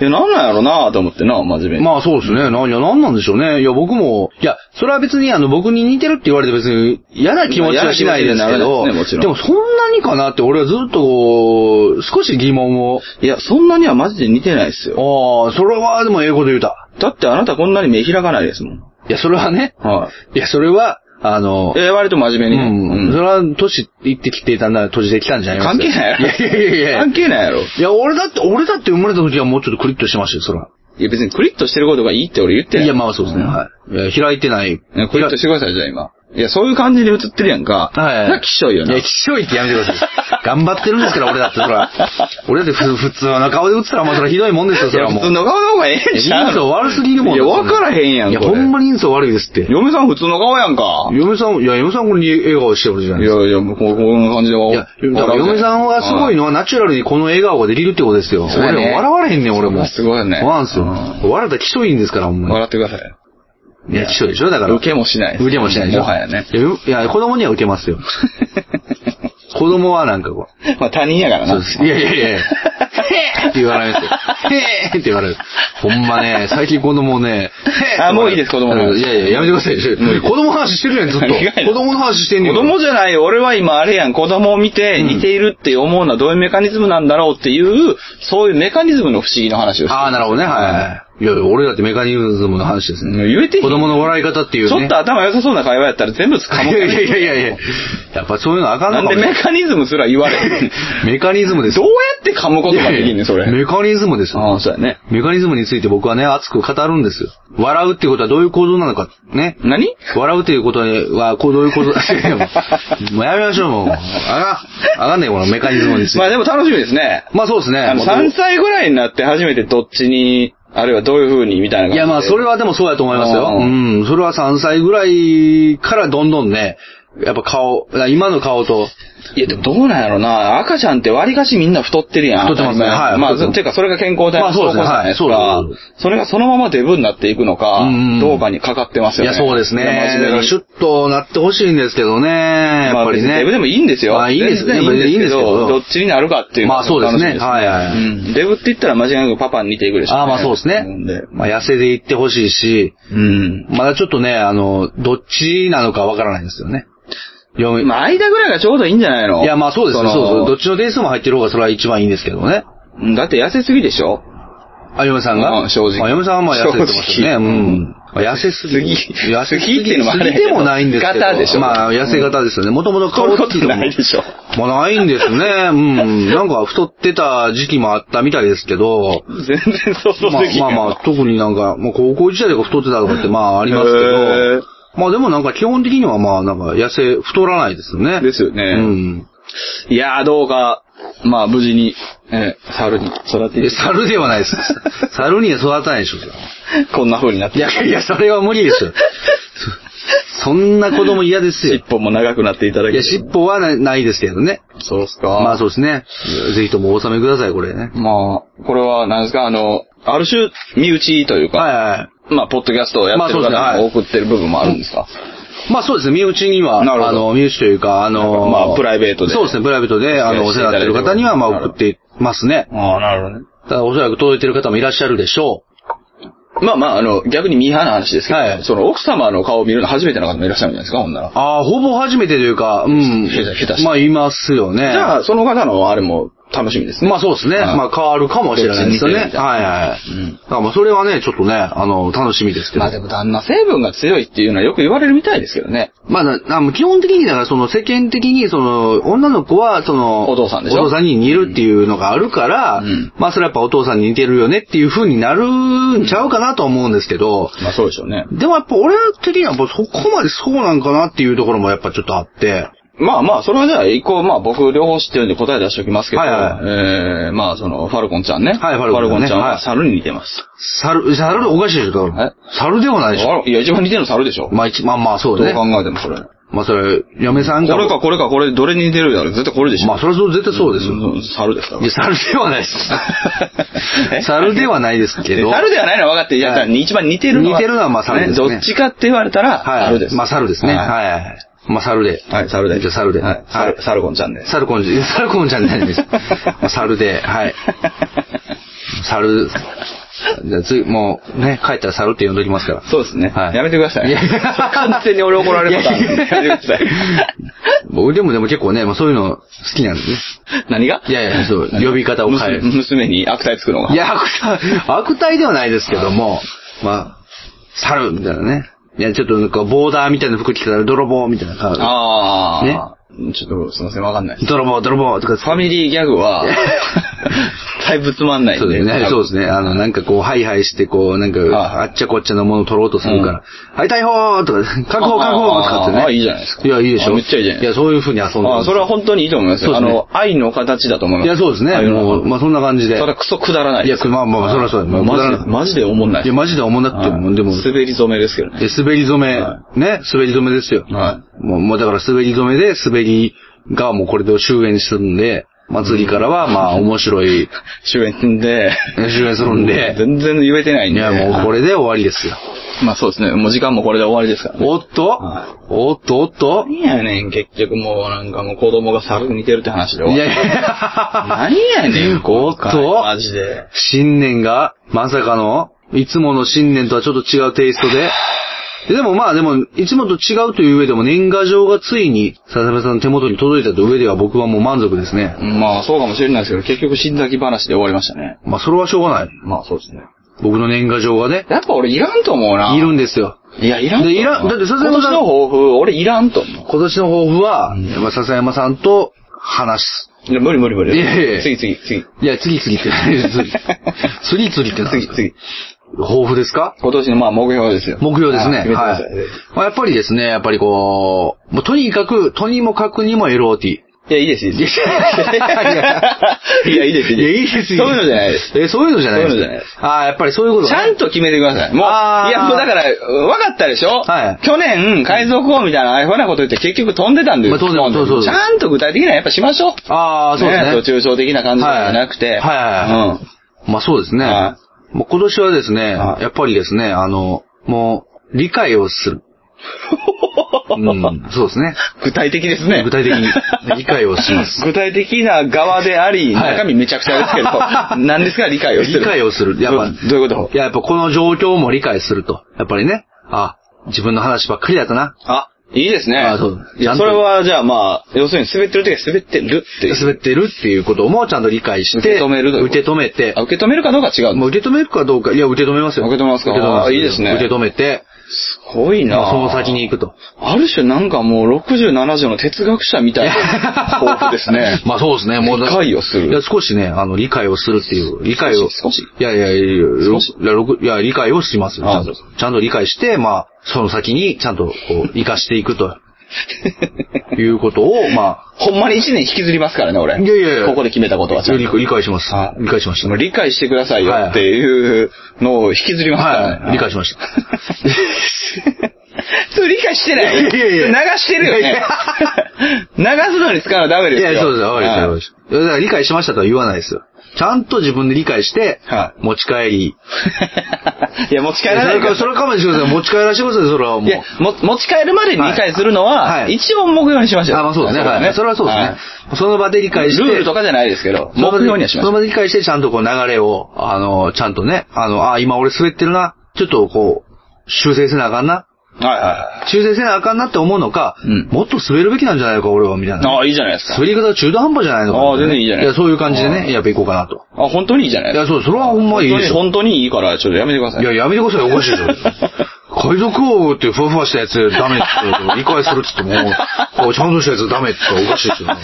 Speaker 1: いや、なんなんやろなと思ってな、真面目に。
Speaker 2: まあそうですね。なん、いや、なんなんでしょうね。いや、僕も、いや、それは別に、あの、僕に似てるって言われて別に嫌な気持ちはしないですけ
Speaker 1: まあ嫌な気持ちにはなら
Speaker 2: ど、
Speaker 1: ないですねもちろん
Speaker 2: でもそんなにかなって俺はずっとこう、少し疑問を、
Speaker 1: いや、そんなにはマジで似てないですよ。
Speaker 2: ああ、それはでも英語で言うた。
Speaker 1: だってあなたこんなに目開かないですもん。
Speaker 2: いや、それはね、
Speaker 1: はい
Speaker 2: や、それは、あの、
Speaker 1: い。え、割と真面
Speaker 2: う
Speaker 1: 目にね。
Speaker 2: ん、それは、年いってきてたんだ、閉じてきたんじゃない
Speaker 1: 関係ないやろ。
Speaker 2: いやいやいや
Speaker 1: 関係ないやろ。
Speaker 2: いや、俺だって、俺だって生まれた時はもうちょっとクリッとしてましたよ、そら。
Speaker 1: いや、別にクリッとしてることがいいって俺言ってないい。
Speaker 2: や、まあそうですね、はい。いや、開いてない。
Speaker 1: いやクリッとしてください、じゃあ今。いや、そういう感じで映ってるやんか。
Speaker 2: は
Speaker 1: な
Speaker 2: い
Speaker 1: んかきしょいよ
Speaker 2: い
Speaker 1: な
Speaker 2: や、。きしょいってやめてく ださい。頑張ってるんですから、俺だって、そら。俺だってふ、普通の顔で打ってたら、もうそれひどいもんですよ、そ
Speaker 1: い
Speaker 2: れ
Speaker 1: や
Speaker 2: はも
Speaker 1: 普
Speaker 2: う。
Speaker 1: 通の顔の方がええん
Speaker 2: い
Speaker 1: ち
Speaker 2: や
Speaker 1: ゃ
Speaker 2: 人
Speaker 1: う
Speaker 2: 相
Speaker 1: の
Speaker 2: 悪すぎるもん
Speaker 1: いや、わからへんやん、
Speaker 2: いや、
Speaker 1: これ
Speaker 2: ほんまに人相悪いですって。
Speaker 1: 嫁さん普通の顔やんか。
Speaker 2: 嫁さん、いや、嫁さんこれに笑顔してるじゃない
Speaker 1: い
Speaker 2: ですか。
Speaker 1: やいや、もうこうこんな感じで
Speaker 2: いや、だから嫁さんはすごい
Speaker 1: の。
Speaker 2: のはナチュラルにこの笑顔ができるってことですよ。
Speaker 1: そうやね
Speaker 2: 俺も笑われへんねん、俺も。
Speaker 1: すごいよね
Speaker 2: そうなんですよ。
Speaker 1: う
Speaker 2: 笑ったらきしょいんですから、ほんま
Speaker 1: 笑ってください。
Speaker 2: に。いや、きしょいでしょ、だから。
Speaker 1: 受けもしない。
Speaker 2: 受けもしないでしょ。
Speaker 1: もはやね。
Speaker 2: いや。いや、子供には受けます よ。子供はなんかこう。
Speaker 1: まあ他人やから
Speaker 2: そう
Speaker 1: な
Speaker 2: で。す。いやいやいや。へーって言われますよ。へーって言われる。ほんまね、最近子供ね、へー
Speaker 1: あもういいです子供の話
Speaker 2: いやいや、やめてください。子供の話してるやん、ずっと。
Speaker 1: 意外な
Speaker 2: 子供の話してんね
Speaker 1: 子
Speaker 2: ん。
Speaker 1: 供じゃない、俺は今あれやん、子供を見て
Speaker 2: うん
Speaker 1: 似ているって思うのはどういうメカニズムなんだろうっていう、そういうメカニズムの不思議の話をして
Speaker 2: ああ、なるほどね、はい。いやいや、俺だってメカニズムの話ですね。
Speaker 1: 言えてへん
Speaker 2: 子供の笑い方っていうね。
Speaker 1: ちょっと頭良さそうな会話やったら全部掴
Speaker 2: い
Speaker 1: もう
Speaker 2: やいやいやいやいや。やっぱそういうのあかんの
Speaker 1: な
Speaker 2: か
Speaker 1: ん
Speaker 2: も
Speaker 1: で
Speaker 2: ね
Speaker 1: メカニズムすら言われへん
Speaker 2: メカニズムです
Speaker 1: どう。やって噛むことができんねん、そ
Speaker 2: いや いや
Speaker 1: れ。
Speaker 2: メカニズムですよ。
Speaker 1: ああ、そうやね。
Speaker 2: メカニズムについて僕はね、熱く語るんですよ。笑うってことはどういう行動なのか、ね。
Speaker 1: 何
Speaker 2: 笑うということは、こうどうい うことだもうやめましょう、もう。あが、あがんねえ、このメカニズムについ
Speaker 1: まあ
Speaker 2: て。
Speaker 1: でも楽しみですね。
Speaker 2: まあそうですね。
Speaker 1: あの、
Speaker 2: まあ
Speaker 1: 3歳ぐらいになって初めてどっちに、あるいはどういう風にみたいな感じ
Speaker 2: い
Speaker 1: で。
Speaker 2: やまあそれはでもそうやと思いますよ。
Speaker 1: う
Speaker 2: うんん。それは3歳ぐらいからどんどんね、やっぱ顔、今の顔と、
Speaker 1: いやでもどうなんやろな。赤ちゃんって割りかしみんな太ってるやん。
Speaker 2: 太ってますねはい
Speaker 1: まあ、
Speaker 2: 太って
Speaker 1: そ
Speaker 2: ます
Speaker 1: てかそれが健康体
Speaker 2: まあそうです
Speaker 1: 証
Speaker 2: ね
Speaker 1: 拠じゃないですか。
Speaker 2: はいそうですそう
Speaker 1: それがそのままデブになっていくのか
Speaker 2: うんうんう、ん
Speaker 1: どうかにかかってます
Speaker 2: い
Speaker 1: よ
Speaker 2: や
Speaker 1: ね。
Speaker 2: そうですね。
Speaker 1: いや真面目に
Speaker 2: シュッとなってほしいんですけどね、やっぱり
Speaker 1: まあ別に
Speaker 2: ね。
Speaker 1: デブでもいいんですよ。
Speaker 2: まあいいですね。
Speaker 1: 全然いいんですけど、ど
Speaker 2: やっぱりいいん
Speaker 1: っちになるかっていうのが
Speaker 2: まあそうですね
Speaker 1: 楽しみ
Speaker 2: はいはいは
Speaker 1: う
Speaker 2: い
Speaker 1: んデブって言ったら間違いなくパパに似ていくでしょね。
Speaker 2: ああ、まあそうですね
Speaker 1: なんで。
Speaker 2: まあ痩せでいってほしいし、
Speaker 1: うん。
Speaker 2: まだちょっとね、あの、どっちなのかわからないんですよね。読み
Speaker 1: まあ間ぐらいがちょうどいいんじゃないの
Speaker 2: いや、まあそうですね。
Speaker 1: の
Speaker 2: そうそう。どっちの点数も入ってる方がそれは一番いいんですけどね。
Speaker 1: うんだって痩せすぎでしょ
Speaker 2: あ、嫁さんが、
Speaker 1: うん正直
Speaker 2: あ、嫁さんはまあ痩せてますよね。
Speaker 1: 正直
Speaker 2: うん。痩せすぎ。
Speaker 1: すぎ
Speaker 2: 痩せすぎ
Speaker 1: すぎっていうのもあれやけ
Speaker 2: す
Speaker 1: ど
Speaker 2: ぎでもないんですけど。
Speaker 1: 型でしょ
Speaker 2: まあ、痩せ型ですよね。もともと
Speaker 1: 太
Speaker 2: 顔
Speaker 1: る
Speaker 2: つ
Speaker 1: こ
Speaker 2: き
Speaker 1: と
Speaker 2: も。
Speaker 1: ないでしょ。
Speaker 2: まあないんですね。うん。なんか太ってた時期もあったみたいですけど。
Speaker 1: 全然想像
Speaker 2: ま
Speaker 1: できな
Speaker 2: あま
Speaker 1: い。
Speaker 2: あまあ、特になんか、もう高校時代とか太ってたとかってまああります
Speaker 1: へ
Speaker 2: け
Speaker 1: ー
Speaker 2: ど、まあでもなんか基本的 にはまあなんか痩せ、太らないですよね。
Speaker 1: ですよね
Speaker 2: うん。
Speaker 1: いやー、どうか。まあ無事に、えー、猿に育て
Speaker 2: え
Speaker 1: て、
Speaker 2: 猿ではない です。猿には育たないでしょ。それ
Speaker 1: こんな風になって
Speaker 2: いや、いや、それは無理です よ。そそんな子供嫌です
Speaker 1: 尻
Speaker 2: よ。
Speaker 1: 尾も長くなっていただ
Speaker 2: い
Speaker 1: け
Speaker 2: や、
Speaker 1: て。
Speaker 2: 尻尾はなないですけどね。
Speaker 1: そうっすか。
Speaker 2: まあそうですね。ぜひともお納めください、これね。
Speaker 1: まあ、これは何ですか、あの、ある種、身内というか、
Speaker 2: はいはいは
Speaker 1: まあ、ポッドキャストをやってる方
Speaker 2: まあ
Speaker 1: が
Speaker 2: そうですねはい
Speaker 1: 送ってる部分もあるんですか、
Speaker 2: い。まあそうですね、身内には、
Speaker 1: なるほど
Speaker 2: あの、身内というか、あの、
Speaker 1: まあプライベートで
Speaker 2: そうですね、プライベートで、あの、お世話になってる方には、まあ送ってますね。
Speaker 1: ああ、なるほどね。
Speaker 2: ただおそらく届いてる方もいらっしゃるでしょ
Speaker 1: まあまあ、あの、逆にミーハーな話ですけど、
Speaker 2: はい
Speaker 1: その奥様の顔を見るの初めての方もいらっしゃるんじゃないですか、ほんなら
Speaker 2: う。。ああ、ほぼ初めてというか、うん
Speaker 1: 下手下手し。て
Speaker 2: まあいますよね。
Speaker 1: じゃあ、その方のあれも楽しみですね。
Speaker 2: まあそうですね。
Speaker 1: はい
Speaker 2: まあ変わるかもしれないですよね。
Speaker 1: 別に似てる
Speaker 2: はい
Speaker 1: みた
Speaker 2: はいい
Speaker 1: な
Speaker 2: はい。
Speaker 1: うん
Speaker 2: だからまあそれはね、ちょっとね、あの、楽しみですけど。
Speaker 1: まあでも旦那成分が強いっていうのはよく言われるみたいですけどね。
Speaker 2: まあな、あの基本的に、だからその世間的に、その、女の子は、その、
Speaker 1: お父さんでしょ
Speaker 2: お父さんに似るっていうのがあるから、
Speaker 1: うん
Speaker 2: まあそれはやっぱお父さんに似てるよねっていう風になるんちゃうかなと思うんですけど、
Speaker 1: まあそうでしょうね。
Speaker 2: でもやっぱ俺的にはやっぱそこまでそうなんかなっていうところもやっぱちょっとあって、
Speaker 1: まあまあ、それはじゃあ、一個、まあ僕両方知ってるんで答え出しておきますけど、
Speaker 2: はいは
Speaker 1: えー、まあその、ファルコンちゃんね。
Speaker 2: はいファルコン
Speaker 1: フ
Speaker 2: ね
Speaker 1: ァちゃん
Speaker 2: は
Speaker 1: はい猿に似てます。
Speaker 2: 猿、猿でおかしいでしょ、だから
Speaker 1: え
Speaker 2: 猿ではないでし
Speaker 1: あ
Speaker 2: ょ。
Speaker 1: いや、一番似てるの猿でしょ。
Speaker 2: まあ一、まあまあそう
Speaker 1: どう
Speaker 2: ね。
Speaker 1: 考えてもそれ。こ
Speaker 2: まあそれ、嫁さんが。
Speaker 1: れかこれかこれ、どれに似てるだろう絶対これでしょ。
Speaker 2: まあそれはそう絶対そうですよ。
Speaker 1: うん猿ですから
Speaker 2: いや、。猿ではないで
Speaker 1: え
Speaker 2: す。猿ではないですけど。
Speaker 1: 猿ではないのは分かって、いや、
Speaker 2: はい
Speaker 1: じゃあ一番似てるのは。
Speaker 2: 似てるのはまあ猿ですね
Speaker 1: どっちかって言われたら、
Speaker 2: はい。
Speaker 1: 猿です。
Speaker 2: まあ、猿ですね。はい。
Speaker 1: はい。
Speaker 2: まあ、猿で。
Speaker 1: はい、猿で。
Speaker 2: じゃあ猿で。
Speaker 1: はい。猿、猿コンちゃんです。
Speaker 2: サルコンじ、サルコンじゃないです。まあ猿で、はい。猿、じゃあ次、もう、ね、帰ったら猿って呼んでおきますから。
Speaker 1: そうですね。
Speaker 2: はい
Speaker 1: やめてください。
Speaker 2: いやいや
Speaker 1: 完全に俺怒られるパターン
Speaker 2: いやいや
Speaker 1: やめてください。
Speaker 2: 僕でもでも結構ね、まあそういうの好きなんでね。
Speaker 1: 何が
Speaker 2: いやいや、そう、呼び方を変える。
Speaker 1: 娘娘に悪態つくのが。
Speaker 2: いや、悪態、悪態ではないですけども、まあ、猿みたいなね。いや、ちょっとなんかボーダーみたいな服着てたら泥棒みたいな感
Speaker 1: ああ。ね。ちょっとすいません、わかんないで
Speaker 2: じ。
Speaker 1: す。
Speaker 2: 泥棒、泥棒とか。
Speaker 1: ファミリーギャグは、 だいぶつまんないんで。
Speaker 2: そうですね。そうですね。あの、なんかこう、ハイハイして、こう、なんか、
Speaker 1: は
Speaker 2: あっちゃこっちゃのものを取ろうとするから、はい、逮捕とか、確保、確保とかってね。
Speaker 1: ああいいじゃないですか
Speaker 2: いや、いいでしょ。
Speaker 1: あめっちゃいいじゃない
Speaker 2: い
Speaker 1: で
Speaker 2: や、そういう風に遊んで
Speaker 1: あ
Speaker 2: ま
Speaker 1: あ、
Speaker 2: す
Speaker 1: それは本当にいいと思いますよ。
Speaker 2: そう
Speaker 1: あ
Speaker 2: ですね
Speaker 1: の、愛の形だと思います。
Speaker 2: いや、そうですね。
Speaker 1: 愛の
Speaker 2: もう、まあ、そんな感じで。
Speaker 1: それはクソくだらないです
Speaker 2: いやまあまあまあそれはそうだまあくだら
Speaker 1: マ
Speaker 2: な
Speaker 1: ジで、マジ
Speaker 2: い
Speaker 1: で思んない
Speaker 2: いや、マジで思んなくても、でも、
Speaker 1: はい滑り染めですけどね。
Speaker 2: え滑り染め、
Speaker 1: は
Speaker 2: ね、滑り染めですよ。
Speaker 1: は
Speaker 2: もう、もうだから滑り止めで、滑りがもうこれで終焉するんで、祭りからは、まあ、面白い、
Speaker 1: 主演で、
Speaker 2: 終焉するんで、
Speaker 1: 全然言えてないん
Speaker 2: い
Speaker 1: で。
Speaker 2: や、もうこれで終わりですよ。
Speaker 1: まあそうですね。もう時間もこれで終わりですからね。
Speaker 2: おっと
Speaker 1: は
Speaker 2: おっとおっと
Speaker 1: 何やねん、結局もうなんかもう子供が猿に似てるって話で
Speaker 2: い
Speaker 1: 終
Speaker 2: や
Speaker 1: わ
Speaker 2: い
Speaker 1: る。
Speaker 2: や、
Speaker 1: 何 やねん、
Speaker 2: おっと
Speaker 1: 今回マジで。
Speaker 2: 新年が、まさかの、いつもの新年とはちょっと違うテイストで、でもまあでも、いつもと違うという上でも年賀状がついに、笹部さんの手元に届いたという上では僕はもう満足ですね。
Speaker 1: まあそうかもしれないですけど、結局新崎話で終わりましたね。
Speaker 2: まあそれはしょうがない。
Speaker 1: まあそうですね。
Speaker 2: 僕の年賀状がね、
Speaker 1: やっぱ俺いらんと思うな。
Speaker 2: いるんですよ。
Speaker 1: いや、いらんと思う。
Speaker 2: でいらんだって笹
Speaker 1: 今
Speaker 2: 山
Speaker 1: 年
Speaker 2: さん
Speaker 1: の抱負、俺いらんと思う。
Speaker 2: 今年の抱負は、まあ笹山さんと話す。
Speaker 1: いや、無理無理無理。
Speaker 2: いやいやいや
Speaker 1: 次次次。
Speaker 2: いや、次々って、 次々ってなんです
Speaker 1: 次
Speaker 2: か
Speaker 1: 次。
Speaker 2: 抱負ですか
Speaker 1: 今年のまあ目標ですよ。
Speaker 2: 目標ですね。
Speaker 1: はい決めてくだ
Speaker 2: は
Speaker 1: さ
Speaker 2: い
Speaker 1: い。
Speaker 2: まあ、やっぱりですね、やっぱりこう、もうとにかく、とにもかくにも LOT。
Speaker 1: いや、いいです、い いです。いや、いいです、いいです。
Speaker 2: いやいいですいいです
Speaker 1: そういうのじゃないです。
Speaker 2: え、そういうのじゃないです
Speaker 1: そういうのじゃないです
Speaker 2: ああ、やっぱりそういうこと
Speaker 1: ち
Speaker 2: ね
Speaker 1: ゃんと決めてください。もう、
Speaker 2: あー
Speaker 1: いや、もうだから、分かったでしょ
Speaker 2: はい
Speaker 1: 去年、海賊王みたいな、ああいうふうなこと言って結局飛んでたんです
Speaker 2: まあ飛んでたそうそう
Speaker 1: ちゃんと具体的なやっぱしましょう。
Speaker 2: ああ、そうですね。
Speaker 1: ね。抽象的な感じじゃなくて。
Speaker 2: はいはいはい
Speaker 1: うん。
Speaker 2: まあそうですね。
Speaker 1: は
Speaker 2: もう今年はですね、
Speaker 1: はい
Speaker 2: やっぱりですね、あの、もう、理解をする。 うん、そうですね。
Speaker 1: 具体的ですね。
Speaker 2: 具体的に理解をします。
Speaker 1: 具体的な側であり、
Speaker 2: はい
Speaker 1: 中身めちゃくちゃですけ ど、何ですか理解をする。
Speaker 2: 理解をする。やっぱ、
Speaker 1: どどういうこと
Speaker 2: いや、やっぱこの状況も理解すると。やっぱりね、あ、自分の話ばっかりだったな。
Speaker 1: あ、いいですね。
Speaker 2: あそう
Speaker 1: い
Speaker 2: ちゃ
Speaker 1: や、
Speaker 2: んと
Speaker 1: それはじゃあまあ、要するに滑ってる時は滑ってるっていう。
Speaker 2: 滑ってるっていうこともちゃんと理解して、
Speaker 1: 受け止めるということ
Speaker 2: 受け止めて
Speaker 1: あ、、受け止めるかどうか違うん
Speaker 2: ま
Speaker 1: だ
Speaker 2: あ、受け止めるかどうか、いや、受け止めますよ。
Speaker 1: 受け止めますか
Speaker 2: 受け止め
Speaker 1: あいいですね
Speaker 2: 受け止めて、
Speaker 1: すごい
Speaker 2: ま
Speaker 1: な
Speaker 2: あその先に行くと。
Speaker 1: ある種なんかもう60、70の哲学者みたい な抱負ですね。
Speaker 2: まあそうですね、もうだ
Speaker 1: 理解をする
Speaker 2: いや、少しね、あの、理解をするっていう、理解を。
Speaker 1: 少し
Speaker 2: いやいやいやいや、ろ
Speaker 1: 少
Speaker 2: く
Speaker 1: し
Speaker 2: いや、ろくいや理解をしますよちゃ
Speaker 1: あ
Speaker 2: んと
Speaker 1: そ。
Speaker 2: ちゃんと理解して、まあ、その先にちゃんとこう、活かしていくと。いうことを、ま
Speaker 1: ほんまに一年引きずりますからね、
Speaker 2: あ、
Speaker 1: 俺。
Speaker 2: いやいやいや
Speaker 1: ここで決めたことはちゃん
Speaker 2: 理
Speaker 1: と。
Speaker 2: 解理解します
Speaker 1: は。い
Speaker 2: 理解しました。
Speaker 1: もう
Speaker 2: はい
Speaker 1: 理解してくださいよっていうのを引きずりますから、
Speaker 2: はい、理解しました。
Speaker 1: それ理解してない
Speaker 2: いやいやいや
Speaker 1: 流してるよ
Speaker 2: いやい
Speaker 1: ね。流すのに使うのダメ
Speaker 2: い
Speaker 1: ですよ。
Speaker 2: や、そうですよ。わかりました
Speaker 1: は
Speaker 2: わかりました。いやだから理解しましたとは言わないですよ。ちゃんと自分で理解して
Speaker 1: は、い
Speaker 2: 持ち帰り。
Speaker 1: いいや、持ち
Speaker 2: い
Speaker 1: 帰
Speaker 2: や
Speaker 1: ら
Speaker 2: そ
Speaker 1: ない
Speaker 2: れ
Speaker 1: か
Speaker 2: からそれかもしれません。持ち帰らせてください、それはも。
Speaker 1: いうや、も、持ち帰るまでに理解するの
Speaker 2: はい
Speaker 1: は、
Speaker 2: はい
Speaker 1: 一応目標にしましょう。
Speaker 2: あ、まあそうですね。はい。それはそうですね。その場で理
Speaker 1: はい
Speaker 2: 解して。
Speaker 1: ルールとかじゃないですけど、目標にはしましょ
Speaker 2: その
Speaker 1: う。
Speaker 2: 場で理解して、ちゃんとこう流れを、あの、ちゃんとね、あの、あ、今俺滑ってるな。ちょっとこう、修正せなあかんな。
Speaker 1: はいは
Speaker 2: 修正せなあかんなって思うのか、
Speaker 1: うん
Speaker 2: もっと滑るべきなんじゃないのか、俺は、みたい
Speaker 1: い。あ
Speaker 2: な。
Speaker 1: あ、いいじゃないですか
Speaker 2: 滑。り方中途半端じゃないのか、
Speaker 1: ああ全然いいじゃない
Speaker 2: いや、そういう感じで
Speaker 1: ああ
Speaker 2: ね、やっぱ行こうかなと。
Speaker 1: あ、本当にいいじゃない
Speaker 2: い
Speaker 1: で
Speaker 2: や、
Speaker 1: すか。
Speaker 2: そう、それはほんまいいでしょ。
Speaker 1: 本当にいいから、ちょっとやめてください。
Speaker 2: いや、やめてください、おかしいでしょ。海賊王ってふわふわしたやつダメって、理解するっつっても、こうちゃんとしたやつダメっておかしいですよね。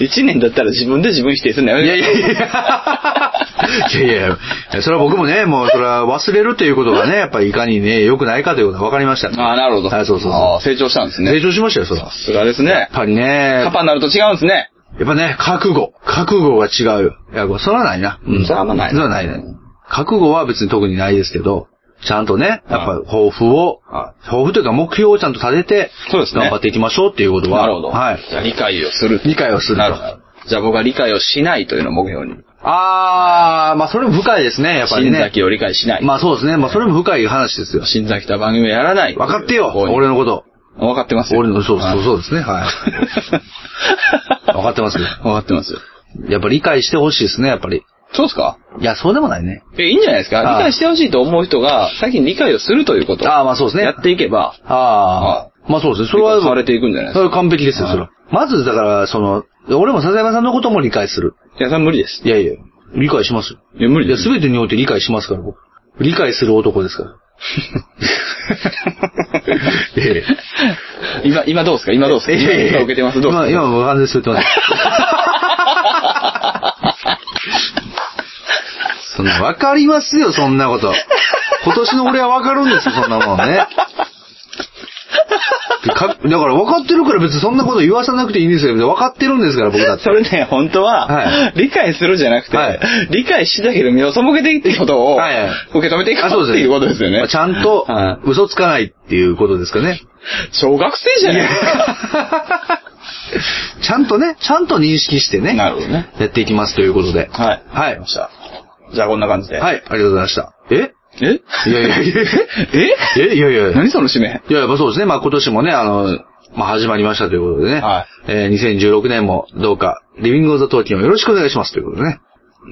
Speaker 1: 一年だったら自分で自分否定するのやめ
Speaker 2: い
Speaker 1: て
Speaker 2: やいやいや。いやいや、それは僕もね、もうそれは忘れるっていうことがね、やっぱりいかにね、良くないかということが分かりました。
Speaker 1: ああ、なるほど。
Speaker 2: はい、そうそう
Speaker 1: あ
Speaker 2: そ
Speaker 1: あ成長したんです
Speaker 2: う。成
Speaker 1: ね。
Speaker 2: 長しましたよ、それは。
Speaker 1: さすがですね
Speaker 2: やっ。ぱりね、
Speaker 1: パ
Speaker 2: や
Speaker 1: パになると違うんですね。
Speaker 2: っぱね、覚悟。覚悟が違うよ。いや、これそれはないな。う
Speaker 1: それはあんまない
Speaker 2: それはないね。覚悟は別に特にないですけど、ちゃんとね、やっぱ抱負を、
Speaker 1: は
Speaker 2: 抱負というか目標をちゃんと立てて、
Speaker 1: そうですね
Speaker 2: 頑張っていきましょうっていうことは。
Speaker 1: なるほど。
Speaker 2: はい。
Speaker 1: じゃあ理解をする。
Speaker 2: 理解をすると
Speaker 1: なるほど。じゃあ僕は理解をしないというのを目標に。
Speaker 2: あー、まあそれも深いですね、やっぱり
Speaker 1: 新
Speaker 2: ね。
Speaker 1: 崎を理解しない。
Speaker 2: まあそうですね。まあそれも深い話ですよ。
Speaker 1: 新崎とは番組をやらない。
Speaker 2: 分かってよ、
Speaker 1: こういう
Speaker 2: 俺のこと。
Speaker 1: 分かってますよ。
Speaker 2: 俺の、そう、そう、
Speaker 1: う。
Speaker 2: そうですね、はい。分かってますよ。
Speaker 1: 分かってますよ。
Speaker 2: やっぱり理解してほしいですね、やっぱり。
Speaker 1: そうですか
Speaker 2: いや、そうでもないね。
Speaker 1: え、いいんじゃないですか理
Speaker 2: はい
Speaker 1: 解してほしいと思う人が、先に理解をするということ。
Speaker 2: ああ、まあそうですね。
Speaker 1: やっていけば、
Speaker 2: ああ、まあそうですね。それ
Speaker 1: 理解され
Speaker 2: は、
Speaker 1: ていくんじゃない
Speaker 2: そ
Speaker 1: です
Speaker 2: れ
Speaker 1: か
Speaker 2: は完璧ですよ、それは。まず、だから、その、俺も笹山さんのことも理解する。
Speaker 1: いや、それは無理です。
Speaker 2: いやいや、理解しますよ。
Speaker 1: いや、無理
Speaker 2: いや、
Speaker 1: です。
Speaker 2: すべてにおいて理解しますから、僕。理解する男で すから。いやいや
Speaker 1: 今、今どうですか今どうですか
Speaker 2: いやいやい
Speaker 1: 今
Speaker 2: や
Speaker 1: 受けてますどうです
Speaker 2: 今、
Speaker 1: か
Speaker 2: 今もう完全に滑ってます。 そんな、わかりますよ、そんなこと。今年の俺はわかるんですよ、そんなもんね。かだから分かってるから別にそんなこと言わさなくていいんですよ。分かってるんですから、僕 だって。
Speaker 1: それね、本当
Speaker 2: は
Speaker 1: は、理解するじゃなくて
Speaker 2: はい、
Speaker 1: 理解したけど目を背けていってことを、
Speaker 2: はいはい
Speaker 1: 受け止めていくっていうことですよね。
Speaker 2: ちゃんと
Speaker 1: は、
Speaker 2: 嘘つかないっていうことですかね。
Speaker 1: 小学生じゃないですか。
Speaker 2: ちゃんとね、ちゃんと認識してね。
Speaker 1: なるほどね。
Speaker 2: やっていきますということで。
Speaker 1: はい。
Speaker 2: は
Speaker 1: わ
Speaker 2: い
Speaker 1: かりました。じゃあこんな感じで。。
Speaker 2: はいい、ありがとうございました。え
Speaker 1: え
Speaker 2: いやいやいや
Speaker 1: え
Speaker 2: えいやいやいや。
Speaker 1: 何その締め
Speaker 2: いや、やっぱそうですね。まあ今年もね、あの、まあ始まりましたということでね。
Speaker 1: はい
Speaker 2: えー、2016年もどうか、リビングオンザトーキンをよろしくお願いしますということでね。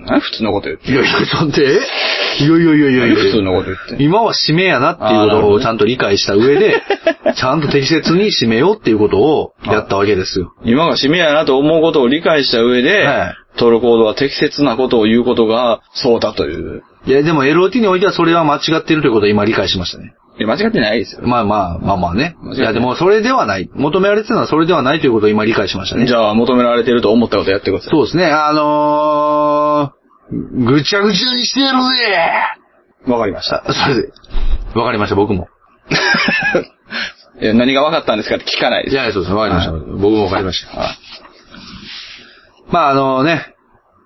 Speaker 1: 何普通のこと言って。
Speaker 2: いやいや、なんで、えいやいやいやいやいや
Speaker 1: 何普通のこと言って。
Speaker 2: 今は締めやなっていうことをちゃんと理解した上 で、ちゃんと適切に締めようっていうことをやったわけですよ。
Speaker 1: 今が締めやなと思うことを理解した上で
Speaker 2: はい、
Speaker 1: 登録行動は適切なことを言うことがそうだという。
Speaker 2: いや、でも LOT においてはそれは間違っているということを今理解しましたね。
Speaker 1: いや間違ってないですよ。
Speaker 2: まあまあ、まあまあね。
Speaker 1: 間違いない
Speaker 2: いや、でもそれではない。求められてるのはそれではないということを今理解しましたね
Speaker 1: じ。ゃあ求められてると思ったことやってください。
Speaker 2: そうですね、あのー、ぐちゃぐちゃにしてやるぜ
Speaker 1: わかりました。
Speaker 2: あそれで、わかりました、僕も。
Speaker 1: え何が分かったんですかって聞かないで
Speaker 2: い
Speaker 1: す。
Speaker 2: や、そうです、わかりました。
Speaker 1: はい
Speaker 2: 僕もわかりました。
Speaker 1: はい
Speaker 2: まあ、あのね、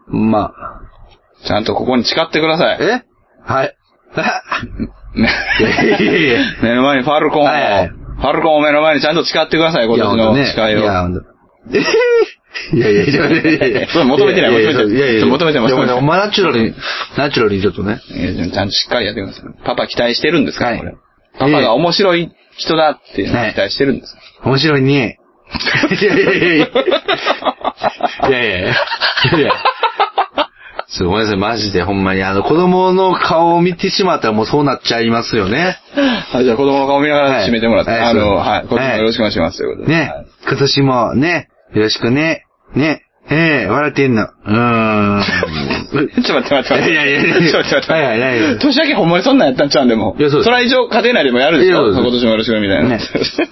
Speaker 2: まあ、
Speaker 1: ちゃんとここに誓ってください。
Speaker 2: えはい。
Speaker 1: ね
Speaker 2: いやいやいや
Speaker 1: 目の前にファルコンを、
Speaker 2: はいはい
Speaker 1: ファルコンを目の前にちゃんと誓ってください、今
Speaker 2: いや、
Speaker 1: 年
Speaker 2: ほん
Speaker 1: の
Speaker 2: とね。
Speaker 1: 誓い
Speaker 2: い
Speaker 1: を。
Speaker 2: や、ほんと。えへへいやいやいやいやいやいや。
Speaker 1: それ求めてない
Speaker 2: やや
Speaker 1: 求めてない
Speaker 2: ややや
Speaker 1: 求めてます
Speaker 2: でもね、お前ナチュラルに、ナチュラルにちょっとね。
Speaker 1: えーちゃんとしっかりやってください。パパ期待してるんですか、
Speaker 2: はい
Speaker 1: これパパが面白い人だっていうのを期待してるんですか、
Speaker 2: 面白いね。 いやいやいやいや。いやいやいや。いやそう、ごめんなさい、マジで、ほんまに。あの、子供の顔を見てしまったらもうそうなっちゃいますよね。
Speaker 1: はい、じゃあ子供の顔見ながら締めてもらって、
Speaker 2: はいはい
Speaker 1: あの、
Speaker 2: そう
Speaker 1: はい、こっちもよろしくお願いします、ということで。
Speaker 2: ね
Speaker 1: はい。
Speaker 2: 今年も、ね。よろしくね。ね。ええ笑ってんの。う ーん。
Speaker 1: ちょっと待って待って待って。
Speaker 2: いやいやいやいや
Speaker 1: ちょっと待って待って。
Speaker 2: はいはいはいはい
Speaker 1: 年明けほんまにそんなんやったんちゃうんでも。
Speaker 2: いやそうです
Speaker 1: それは以上家庭内でもやるでし
Speaker 2: い
Speaker 1: ょ
Speaker 2: やそう
Speaker 1: 今
Speaker 2: です
Speaker 1: 年もよろしくみたいな。
Speaker 2: ね。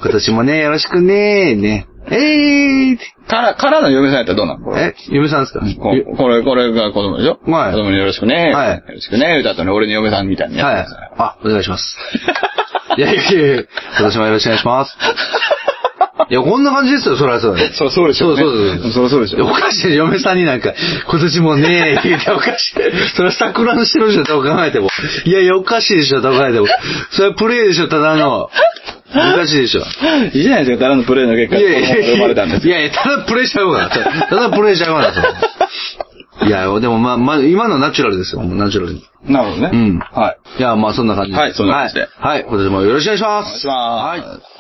Speaker 2: 今年もね、よろしくねね。えー、
Speaker 1: から、からの嫁さんやったらどうなんこれ。
Speaker 2: え、嫁さんですか
Speaker 1: こ
Speaker 2: ゆ
Speaker 1: これ、これが子供でしょ
Speaker 2: はい
Speaker 1: 子供によろしくね。
Speaker 2: はい
Speaker 1: よろしくね。歌とね、俺の嫁さんみたいに
Speaker 2: は
Speaker 1: やっ
Speaker 2: い
Speaker 1: てください。。
Speaker 2: あ、お願いします。いやいやいや今年もよろしくお願いします。いや、こんな感じですよ、そりゃそうだよ。
Speaker 1: そう、そうでしょう、ね。
Speaker 2: そうそう
Speaker 1: そ
Speaker 2: そう
Speaker 1: りゃそうでしょ
Speaker 2: お
Speaker 1: う。
Speaker 2: かしいよ嫁さんになんか、今年もねえ、言うておかしい。それは桜の白じゃどう考えても。いやいや、おかしいでしょ、どう考えても。それはプレイでしょ、ただの。おかしいでしょ。
Speaker 1: いいじゃないですか、ただのプレーの結
Speaker 2: い
Speaker 1: 果、
Speaker 2: やいや
Speaker 1: 呼ばれたんです
Speaker 2: いやいや、ただプレイしちゃうから。ただプレイしちゃうから、それいや、でもまあ、まあ、今のはナチュラルですよ、もうナチュラルに。
Speaker 1: なるほどね。
Speaker 2: うん
Speaker 1: はい。
Speaker 2: いや、まあそんな感じ
Speaker 1: はいそんな感じで
Speaker 2: はい。はい今年もよろしくお願いします。
Speaker 1: お願いします
Speaker 2: はい。